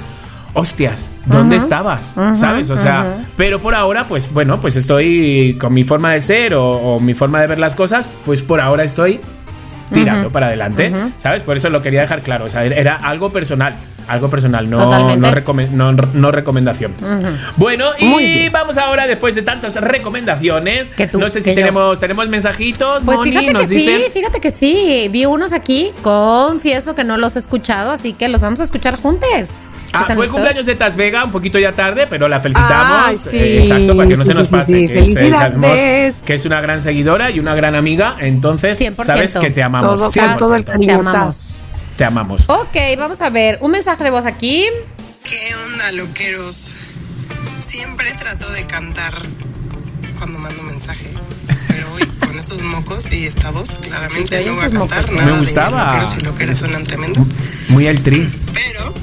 Speaker 2: hostias, ¿dónde estabas? ¿Sabes? O sea, pero por ahora, pues bueno, pues estoy con mi forma de ser o- o mi forma de ver las cosas, pues por ahora estoy tirando para adelante, ¿sabes? Por eso lo quería dejar claro, o sea, era- era algo personal, algo personal, no, no,
Speaker 1: Totalmente.
Speaker 2: recomen- no- no recomendación. Bueno, y vamos ahora después de tantas recomendaciones,
Speaker 1: Que tú,
Speaker 2: no sé si
Speaker 1: que yo.
Speaker 2: tenemos tenemos mensajitos,
Speaker 1: Pues
Speaker 2: Moni,
Speaker 1: fíjate que
Speaker 2: nos dicen-
Speaker 1: sí, fíjate que sí. Vi unos aquí, confieso que no los he escuchado, así que los vamos a escuchar juntos.
Speaker 2: Ah,
Speaker 1: ¿Están
Speaker 2: fue el
Speaker 1: listos?
Speaker 2: cumpleaños de Tasvega, un poquito ya tarde, pero la felicitamos.
Speaker 3: Ay, sí.
Speaker 2: eh, exacto, para que no
Speaker 3: Sí,
Speaker 2: se nos
Speaker 3: sí, sí,
Speaker 2: pase.
Speaker 3: sí.
Speaker 2: Que, es, eh,
Speaker 3: Felicidades.
Speaker 2: sabemos que es una gran seguidora y una gran amiga. Entonces,
Speaker 1: 100%.
Speaker 2: sabes que te amamos.
Speaker 3: Todo, con
Speaker 2: 100%.
Speaker 3: todo el
Speaker 1: Te
Speaker 3: cariño.
Speaker 1: amamos.
Speaker 2: Te amamos.
Speaker 1: Ok, vamos a ver un mensaje de voz aquí.
Speaker 5: ¿Qué onda, loqueros? Siempre trato de cantar cuando mando mensaje. Pero hoy, con estos mocos y esta voz, claramente no voy a cantar nada.
Speaker 2: Me
Speaker 5: de
Speaker 2: gustaba.
Speaker 5: loqueros y loqueras suenan tremendo.
Speaker 2: Muy al tri.
Speaker 5: Pero,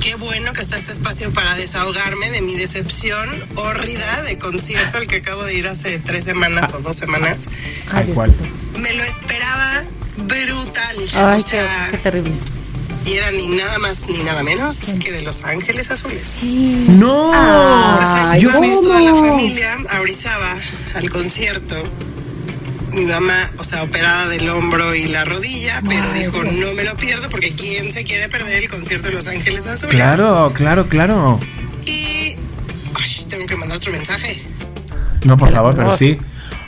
Speaker 5: qué bueno que está este espacio para desahogarme de mi decepción horrida de concierto al que acabo de ir hace tres semanas o dos semanas.
Speaker 2: Tal cual.
Speaker 5: Me lo esperaba brutal.
Speaker 1: Ay,
Speaker 5: o
Speaker 1: qué,
Speaker 5: sea,
Speaker 1: qué terrible.
Speaker 5: y era ni nada más ni nada menos que de Los Ángeles Azules.
Speaker 2: ¡No!
Speaker 5: Pues
Speaker 3: Ah.
Speaker 5: ahí
Speaker 2: yo
Speaker 5: vamos toda la familia a Orizaba al concierto. Mi mamá, o sea, operada del hombro y la rodilla, pero dijo, no me lo pierdo porque quién se quiere perder el concierto de Los Ángeles Azules.
Speaker 2: Claro, claro, claro.
Speaker 5: Y ay, tengo que mandar otro mensaje.
Speaker 2: No, por favor, pero sí.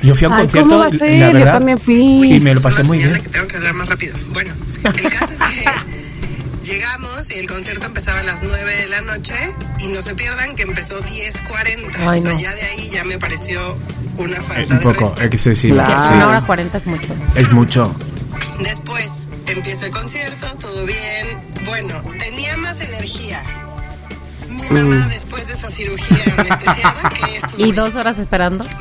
Speaker 2: Yo fui a un
Speaker 3: Ay,
Speaker 2: concierto.
Speaker 3: ¿cómo va a
Speaker 2: la
Speaker 3: ser? Yo
Speaker 2: verdad,
Speaker 3: también fui.
Speaker 2: Y me
Speaker 5: Esto
Speaker 2: lo
Speaker 5: es
Speaker 2: pasé
Speaker 5: una
Speaker 2: muy
Speaker 5: señal
Speaker 2: bien.
Speaker 5: de que tengo que hablar más rápido. Bueno, el caso es que llegamos y el concierto empezaba a las 9 de la noche y no se pierdan que empezó 10.40.
Speaker 3: Ay,
Speaker 5: O sea,
Speaker 3: no.
Speaker 5: ya de ahí ya me pareció una
Speaker 2: Eh,
Speaker 5: falta
Speaker 2: Un
Speaker 5: de
Speaker 2: poco
Speaker 5: respeto.
Speaker 2: excesivo.
Speaker 3: Claro.
Speaker 2: sí.
Speaker 1: Una hora cuarenta es mucho.
Speaker 2: Es mucho.
Speaker 5: Después empieza el concierto, todo bien. Bueno, tenía más energía. Mi mamá después de esa cirugía anestesiada que estos
Speaker 1: Y
Speaker 5: güeyes.
Speaker 1: dos horas esperando.
Speaker 5: mal,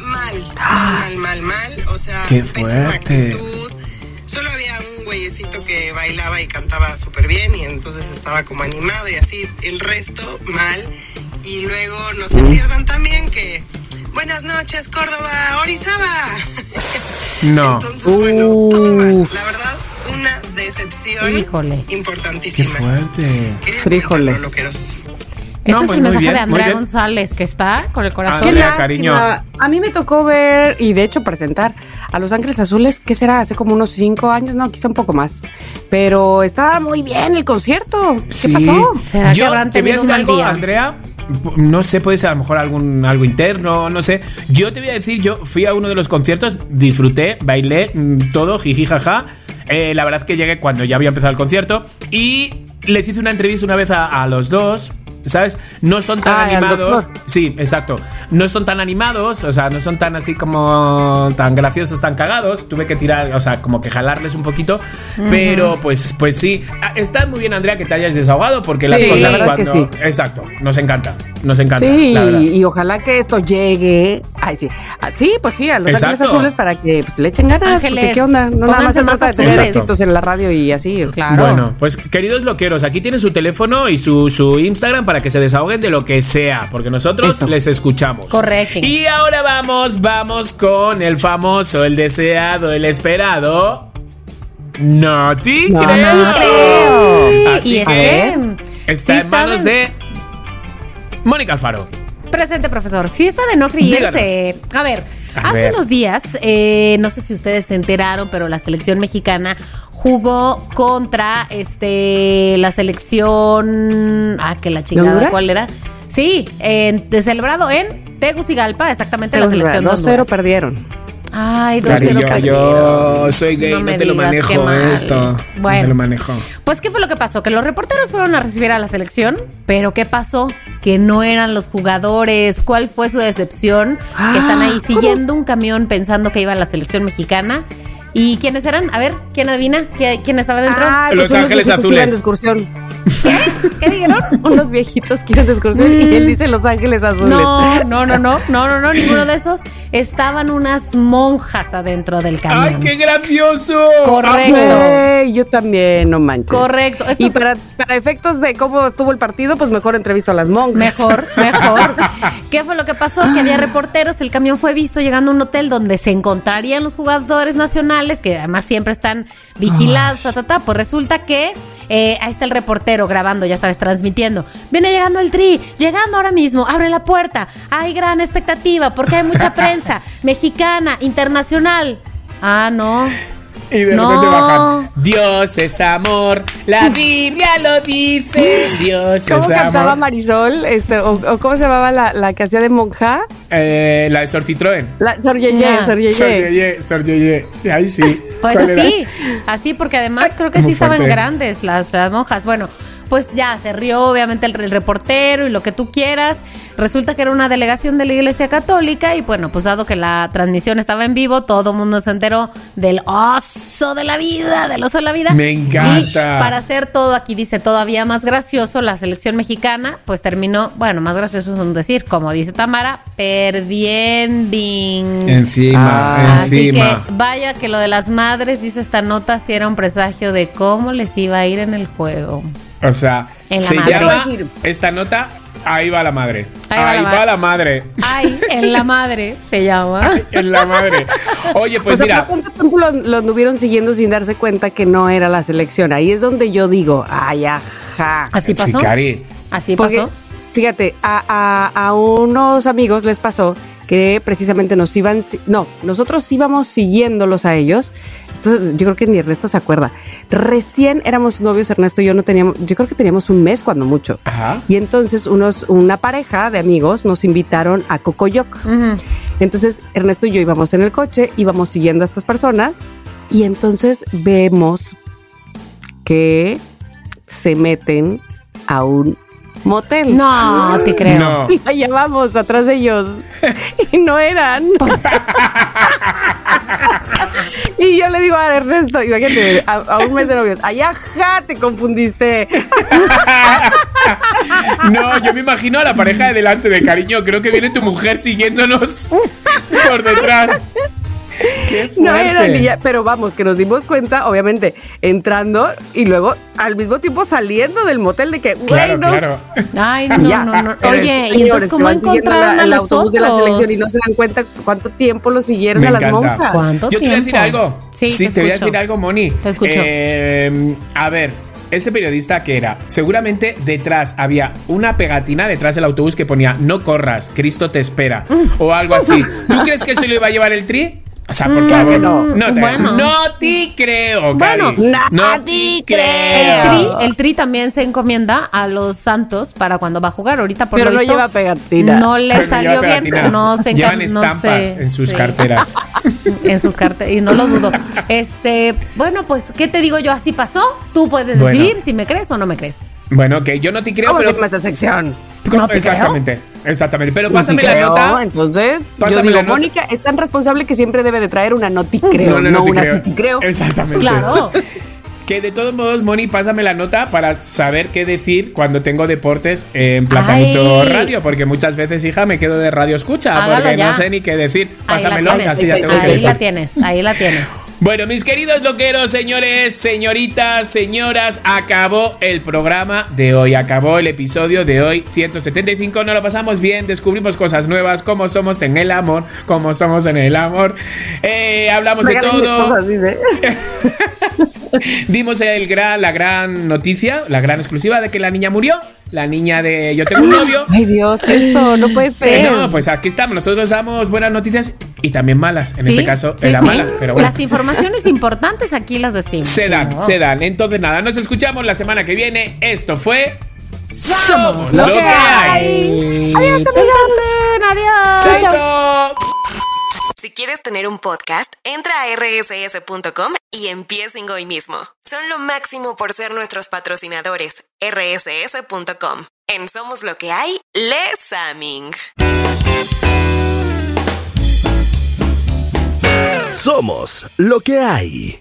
Speaker 5: mal, mal, mal, mal. O sea,
Speaker 2: Ah. Qué
Speaker 5: pésima
Speaker 2: fuerte.
Speaker 5: actitud. Solo había un güeyecito que bailaba y cantaba súper bien y entonces estaba como animado y así. El resto, mal. Y luego no se pierdan también que. Buenas noches, Córdoba, Orizaba.
Speaker 2: No.
Speaker 5: Entonces, bueno, todo mal. La verdad, una decepción. lección
Speaker 1: Híjole.
Speaker 2: Qué
Speaker 5: importantísima.
Speaker 2: fuerte.
Speaker 5: Quería
Speaker 3: Frijoles.
Speaker 5: contarlo, loqueros.
Speaker 1: Este
Speaker 2: No,
Speaker 1: es
Speaker 2: pues,
Speaker 1: el
Speaker 2: muy
Speaker 1: mensaje
Speaker 2: bien,
Speaker 1: de
Speaker 2: muy
Speaker 1: Andrea
Speaker 2: bien. Ah,
Speaker 1: González, que está con el corazón.
Speaker 3: Qué
Speaker 2: Andrea,
Speaker 3: lástima.
Speaker 2: cariño.
Speaker 3: A mí me tocó ver y de hecho presentar a Los Ángeles Azules, ¿qué será? Hace como unos cinco años, no, quizá un poco más. Pero estaba muy bien el concierto. ¿Qué
Speaker 2: Sí.
Speaker 3: pasó?
Speaker 1: ¿Será que
Speaker 2: Yo
Speaker 1: habrán
Speaker 2: te voy a
Speaker 1: tenido
Speaker 2: decir
Speaker 1: un mal
Speaker 2: algo,
Speaker 1: día?
Speaker 2: Andrea. p- No sé, puede ser a lo mejor algún algo interno, no sé. Yo te voy a decir, yo fui a uno de los conciertos, disfruté, bailé, mm, todo, jiji, jaja. Eh, la verdad que llegué cuando ya había empezado el concierto y les hice una entrevista una vez a, a los dos. ¿Sabes? No son tan
Speaker 3: Ah, y al
Speaker 2: animados.
Speaker 3: doctor.
Speaker 2: Sí, exacto. No son tan animados, o sea, no son tan así como tan graciosos, tan cagados. Tuve que tirar, o sea, como que jalarles un poquito. Pero pues, pues sí. Ah, Está muy bien, Andrea, que te hayas desahogado porque las
Speaker 3: Sí,
Speaker 2: cosas
Speaker 3: la verdad que
Speaker 2: cuando-
Speaker 3: sí.
Speaker 2: Exacto, nos encanta, nos encanta.
Speaker 3: Sí,
Speaker 2: la verdad.
Speaker 3: y, ojalá que esto llegue. Ay, sí. Ah, Sí, pues sí, a Los
Speaker 2: Exacto.
Speaker 3: Ángeles Azules para que pues, le echen ganas.
Speaker 1: Ángeles,
Speaker 3: porque ¿Qué onda? No nada más
Speaker 1: pónganse
Speaker 3: se
Speaker 1: más
Speaker 3: trata de tener
Speaker 2: azules.
Speaker 3: éxitos en la radio y así.
Speaker 1: Claro.
Speaker 2: Bueno, pues queridos loqueros, aquí tienen su teléfono y su, su Instagram para que se desahoguen de lo que sea, porque nosotros
Speaker 3: Eso.
Speaker 2: les escuchamos.
Speaker 1: Correcto.
Speaker 2: Y ahora vamos, vamos con el famoso, el deseado, el esperado. No te
Speaker 3: No,
Speaker 2: creo.
Speaker 3: no creo.
Speaker 2: Así
Speaker 1: Y es
Speaker 2: que
Speaker 1: que
Speaker 2: está
Speaker 1: sí
Speaker 2: en manos
Speaker 1: saben.
Speaker 2: de Mónica Alfaro.
Speaker 1: Presente, profesor. Si está de no creerse. A ver,
Speaker 2: A
Speaker 1: hace
Speaker 2: ver.
Speaker 1: unos días, eh, no sé si ustedes se enteraron, pero la selección mexicana jugó contra este la selección. Ah, que la chingada,
Speaker 3: Honduras?
Speaker 1: ¿cuál era? Sí, en- de- celebrado en Tegucigalpa, exactamente la selección de
Speaker 3: 2-0
Speaker 1: Honduras.
Speaker 3: perdieron.
Speaker 1: Ay, 2-0
Speaker 2: Cariño, yo
Speaker 1: perdieron.
Speaker 2: soy gay, no,
Speaker 1: me
Speaker 2: te lo
Speaker 1: digas, qué
Speaker 2: manejo
Speaker 1: mal.
Speaker 2: esto. No te
Speaker 1: Bueno.
Speaker 2: lo manejo.
Speaker 1: Pues, ¿qué fue lo que pasó? Que los reporteros fueron a recibir a la selección, pero ¿qué pasó? Que no eran los jugadores. ¿Cuál fue su decepción? que están ahí siguiendo un camión pensando que iba a la selección mexicana. ¿Y quiénes eran? A ver, ¿quién adivina? ¿Qui- ¿Quién estaba dentro?
Speaker 3: Ah,
Speaker 2: Los
Speaker 3: unos
Speaker 2: Ángeles
Speaker 3: viejitos que iban
Speaker 2: Azules.
Speaker 3: de excursión. ¿Qué? ¿Qué dijeron? unos viejitos que iban de excursión y él dice Los Ángeles Azules.
Speaker 1: Mm.
Speaker 3: Ah,
Speaker 1: no, no, no, no, no, no, no, ninguno de esos. Estaban unas monjas adentro del
Speaker 2: ¡Ay,
Speaker 1: camión.
Speaker 2: qué gracioso!
Speaker 1: Correcto.
Speaker 3: pues, Güey, yo también, no manches.
Speaker 1: Correcto. Esto
Speaker 3: y
Speaker 1: fue-
Speaker 3: para, para efectos de cómo estuvo el partido, pues mejor entrevisto a las monjas.
Speaker 1: Mejor, mejor. ¿Qué fue lo que pasó? Que había reporteros, el camión fue visto llegando a un hotel donde se encontrarían los jugadores nacionales, que además siempre están vigilados, ta, ta, ta. Pues resulta que eh, ahí está el reportero grabando, ya sabes, transmitiendo. Viene llegando el tri, llegando ahora mismo, abre la puerta. Hay gran expectativa porque hay mucha prensa mexicana, internacional. Ah, no.
Speaker 2: Y de
Speaker 1: No.
Speaker 2: repente bajan. Dios es amor, la Biblia lo dice. Dios
Speaker 3: ¿Cómo
Speaker 2: es
Speaker 3: cantaba
Speaker 2: amor.
Speaker 3: Marisol? Este, o, o cómo se llamaba la, la que hacía de monja?
Speaker 2: Eh, la de Sor Citroën.
Speaker 3: La Sor Yeye,
Speaker 1: Ah.
Speaker 3: Sor Yeye.
Speaker 2: Sor Yeye, Sor Yeye. Ahí sí.
Speaker 1: Pues
Speaker 2: ¿Cuál era?
Speaker 1: así, así, porque además creo que
Speaker 2: muy
Speaker 1: sí estaban
Speaker 2: fuerte.
Speaker 1: grandes las, las monjas. Bueno, pues ya se rió obviamente el, el reportero y lo que tú quieras. Resulta que era una delegación de la Iglesia Católica y bueno, pues dado que la transmisión estaba en vivo, todo el mundo se enteró del oso de la vida, del oso de la vida.
Speaker 2: Me encanta.
Speaker 1: Y para hacer todo, aquí dice todavía más gracioso, la selección mexicana pues terminó, bueno, más gracioso es un decir, como dice Tamara, perdiendo.
Speaker 2: Encima,
Speaker 1: Así que
Speaker 2: encima.
Speaker 1: vaya que lo de las madres, dice esta nota, si era un presagio de cómo les iba a ir en el juego.
Speaker 2: O sea,
Speaker 1: En la
Speaker 2: se
Speaker 1: madre.
Speaker 2: llama
Speaker 3: Te voy a decir.
Speaker 2: esta nota. Ahí va la madre.
Speaker 1: Ahí va la
Speaker 2: Ahí va
Speaker 1: madre.
Speaker 2: la madre.
Speaker 1: Ay, en la madre se llama.
Speaker 2: En la madre. Oye, pues
Speaker 3: o sea,
Speaker 2: mira.
Speaker 3: ¿por cuánto tiempo lo, lo anduvieron siguiendo sin darse cuenta que no era la selección? Ahí es donde yo digo, ay, ajá.
Speaker 1: Así
Speaker 2: Sí,
Speaker 1: pasó.
Speaker 2: Cari.
Speaker 1: Así
Speaker 3: Porque,
Speaker 1: pasó.
Speaker 3: Fíjate, a, a- a unos amigos les pasó que precisamente nos iban, si- no, nosotros íbamos siguiéndolos a ellos. Esto, yo creo que ni Ernesto se acuerda. Recién éramos novios, Ernesto y yo no teníamos, yo creo que teníamos un mes cuando mucho.
Speaker 2: Ajá.
Speaker 3: Y entonces unos, una pareja de amigos nos invitaron a Cocoyoc. Entonces Ernesto y yo íbamos en el coche, íbamos siguiendo a estas personas y entonces vemos que se meten a un motel.
Speaker 1: No, Ah, te creo.
Speaker 2: No.
Speaker 3: Y allá vamos atrás de ellos. Y no eran. y yo le digo a Ernesto, imagínate, a, a un mes de novios, ay, ajá, te confundiste.
Speaker 2: No, yo me imagino a la pareja de delante de cariño. Creo que viene tu mujer siguiéndonos por detrás. Qué
Speaker 3: No eran.
Speaker 2: fuerte.
Speaker 3: y ya- pero vamos, que nos dimos cuenta, obviamente, entrando y luego al mismo tiempo saliendo del motel de que,
Speaker 2: Claro,
Speaker 3: güey, no,
Speaker 2: claro.
Speaker 1: Ay, no,
Speaker 3: Ya.
Speaker 1: no, no.
Speaker 3: Pero
Speaker 1: Oye,
Speaker 3: estos
Speaker 1: ¿y
Speaker 3: señores
Speaker 1: entonces
Speaker 3: que
Speaker 1: cómo
Speaker 3: van siguiendo la-
Speaker 1: encontraron a
Speaker 3: el
Speaker 1: los
Speaker 3: autobús de la
Speaker 1: otros?
Speaker 3: selección y no se dan cuenta cuánto tiempo lo siguieron
Speaker 2: Me
Speaker 3: a las
Speaker 2: encanta.
Speaker 3: monjas.
Speaker 1: ¿Cuánto
Speaker 2: Yo te voy a decir
Speaker 1: tiempo?
Speaker 2: algo.
Speaker 1: Sí,
Speaker 2: Sí, te, voy a
Speaker 1: escucho.
Speaker 2: decir algo, Moni.
Speaker 1: Te escucho.
Speaker 2: Eh, a ver, ese periodista que era, seguramente detrás había una pegatina detrás del autobús que ponía no corras, Cristo te espera o algo así. ¿Tú crees que se lo iba a llevar el tri? O sea, por favor, no,
Speaker 1: Mm,
Speaker 2: te,
Speaker 1: bueno.
Speaker 2: no te creo, Cari.
Speaker 1: Bueno,
Speaker 2: no
Speaker 3: na-
Speaker 2: te
Speaker 3: ti
Speaker 2: creo.
Speaker 1: El tri, el tri también se encomienda a los Santos para cuando va a jugar. Ahorita por
Speaker 3: Pero
Speaker 1: lo
Speaker 3: no
Speaker 1: visto,
Speaker 3: lleva pegatina.
Speaker 1: No le
Speaker 2: Pero
Speaker 1: salió
Speaker 2: lleva
Speaker 1: bien.
Speaker 2: pegatina.
Speaker 1: No se enca-
Speaker 2: Llevan
Speaker 1: no
Speaker 2: estampas
Speaker 1: sé,
Speaker 2: en sus
Speaker 1: sí.
Speaker 2: carteras.
Speaker 1: En sus carteras. Y no lo dudo. Este, bueno, pues, ¿qué te digo yo? Así pasó. Tú puedes
Speaker 2: Bueno.
Speaker 1: decidir si me crees o no me crees.
Speaker 2: Bueno, que yo no te creo,
Speaker 3: Vamos a
Speaker 2: pero.
Speaker 3: irme a esta sección.
Speaker 1: ¿No te
Speaker 2: exactamente, exactamente. Pero
Speaker 3: No
Speaker 2: pásame
Speaker 3: te
Speaker 2: la
Speaker 3: creo,
Speaker 2: nota.
Speaker 3: Entonces, yo
Speaker 2: Pásame la
Speaker 3: digo,
Speaker 2: nota.
Speaker 3: Mónica es tan responsable que siempre debe de traer una no te creo, no,
Speaker 2: te
Speaker 3: una sí te creo.
Speaker 2: Exactamente.
Speaker 1: Claro.
Speaker 2: Que de todos modos, Moni, pásame la nota para saber qué decir cuando tengo deportes en Platanito
Speaker 1: Ay.
Speaker 2: Radio, porque muchas veces, hija, me quedo de radio escucha,
Speaker 1: Hágalo
Speaker 2: porque
Speaker 1: ya.
Speaker 2: no sé ni qué decir.
Speaker 1: Ahí la
Speaker 2: Pásamelo,
Speaker 1: tienes.
Speaker 2: así ya tengo que
Speaker 1: ahí
Speaker 2: decir.
Speaker 1: la tienes. Ahí la tienes.
Speaker 2: Bueno, mis queridos loqueros, señores, señoritas, señoras, acabó el programa de hoy, acabó el episodio de hoy 175, nos lo pasamos bien, descubrimos cosas nuevas, cómo somos en el amor, cómo somos en el amor, Eh, hablamos de
Speaker 3: Regalen
Speaker 2: todo.
Speaker 3: cosas, dice.
Speaker 2: Dimos el gran, la gran noticia, la gran exclusiva de que la niña murió. La niña de Yo tengo un novio.
Speaker 3: Ay, Dios, eso no puede
Speaker 2: Eh,
Speaker 3: ser.
Speaker 2: no, pues aquí estamos. Nosotros damos buenas noticias y también malas. En
Speaker 1: Sí,
Speaker 2: este caso
Speaker 1: sí,
Speaker 2: era
Speaker 1: sí.
Speaker 2: mala, pero bueno.
Speaker 1: Las informaciones importantes aquí las decimos.
Speaker 2: Se dan,
Speaker 1: ¿no?
Speaker 2: se dan. Entonces nada, nos escuchamos la semana que viene. Esto fue
Speaker 1: Somos
Speaker 2: Somos lo que hay.
Speaker 3: Adiós, amigos. Adiós.
Speaker 2: Chaito.
Speaker 6: Si quieres tener un podcast, entra a rss.com y empiecen hoy mismo. Son lo máximo por ser nuestros patrocinadores. rss.com. En Somos lo que hay, Les Aming.
Speaker 7: Somos lo que hay.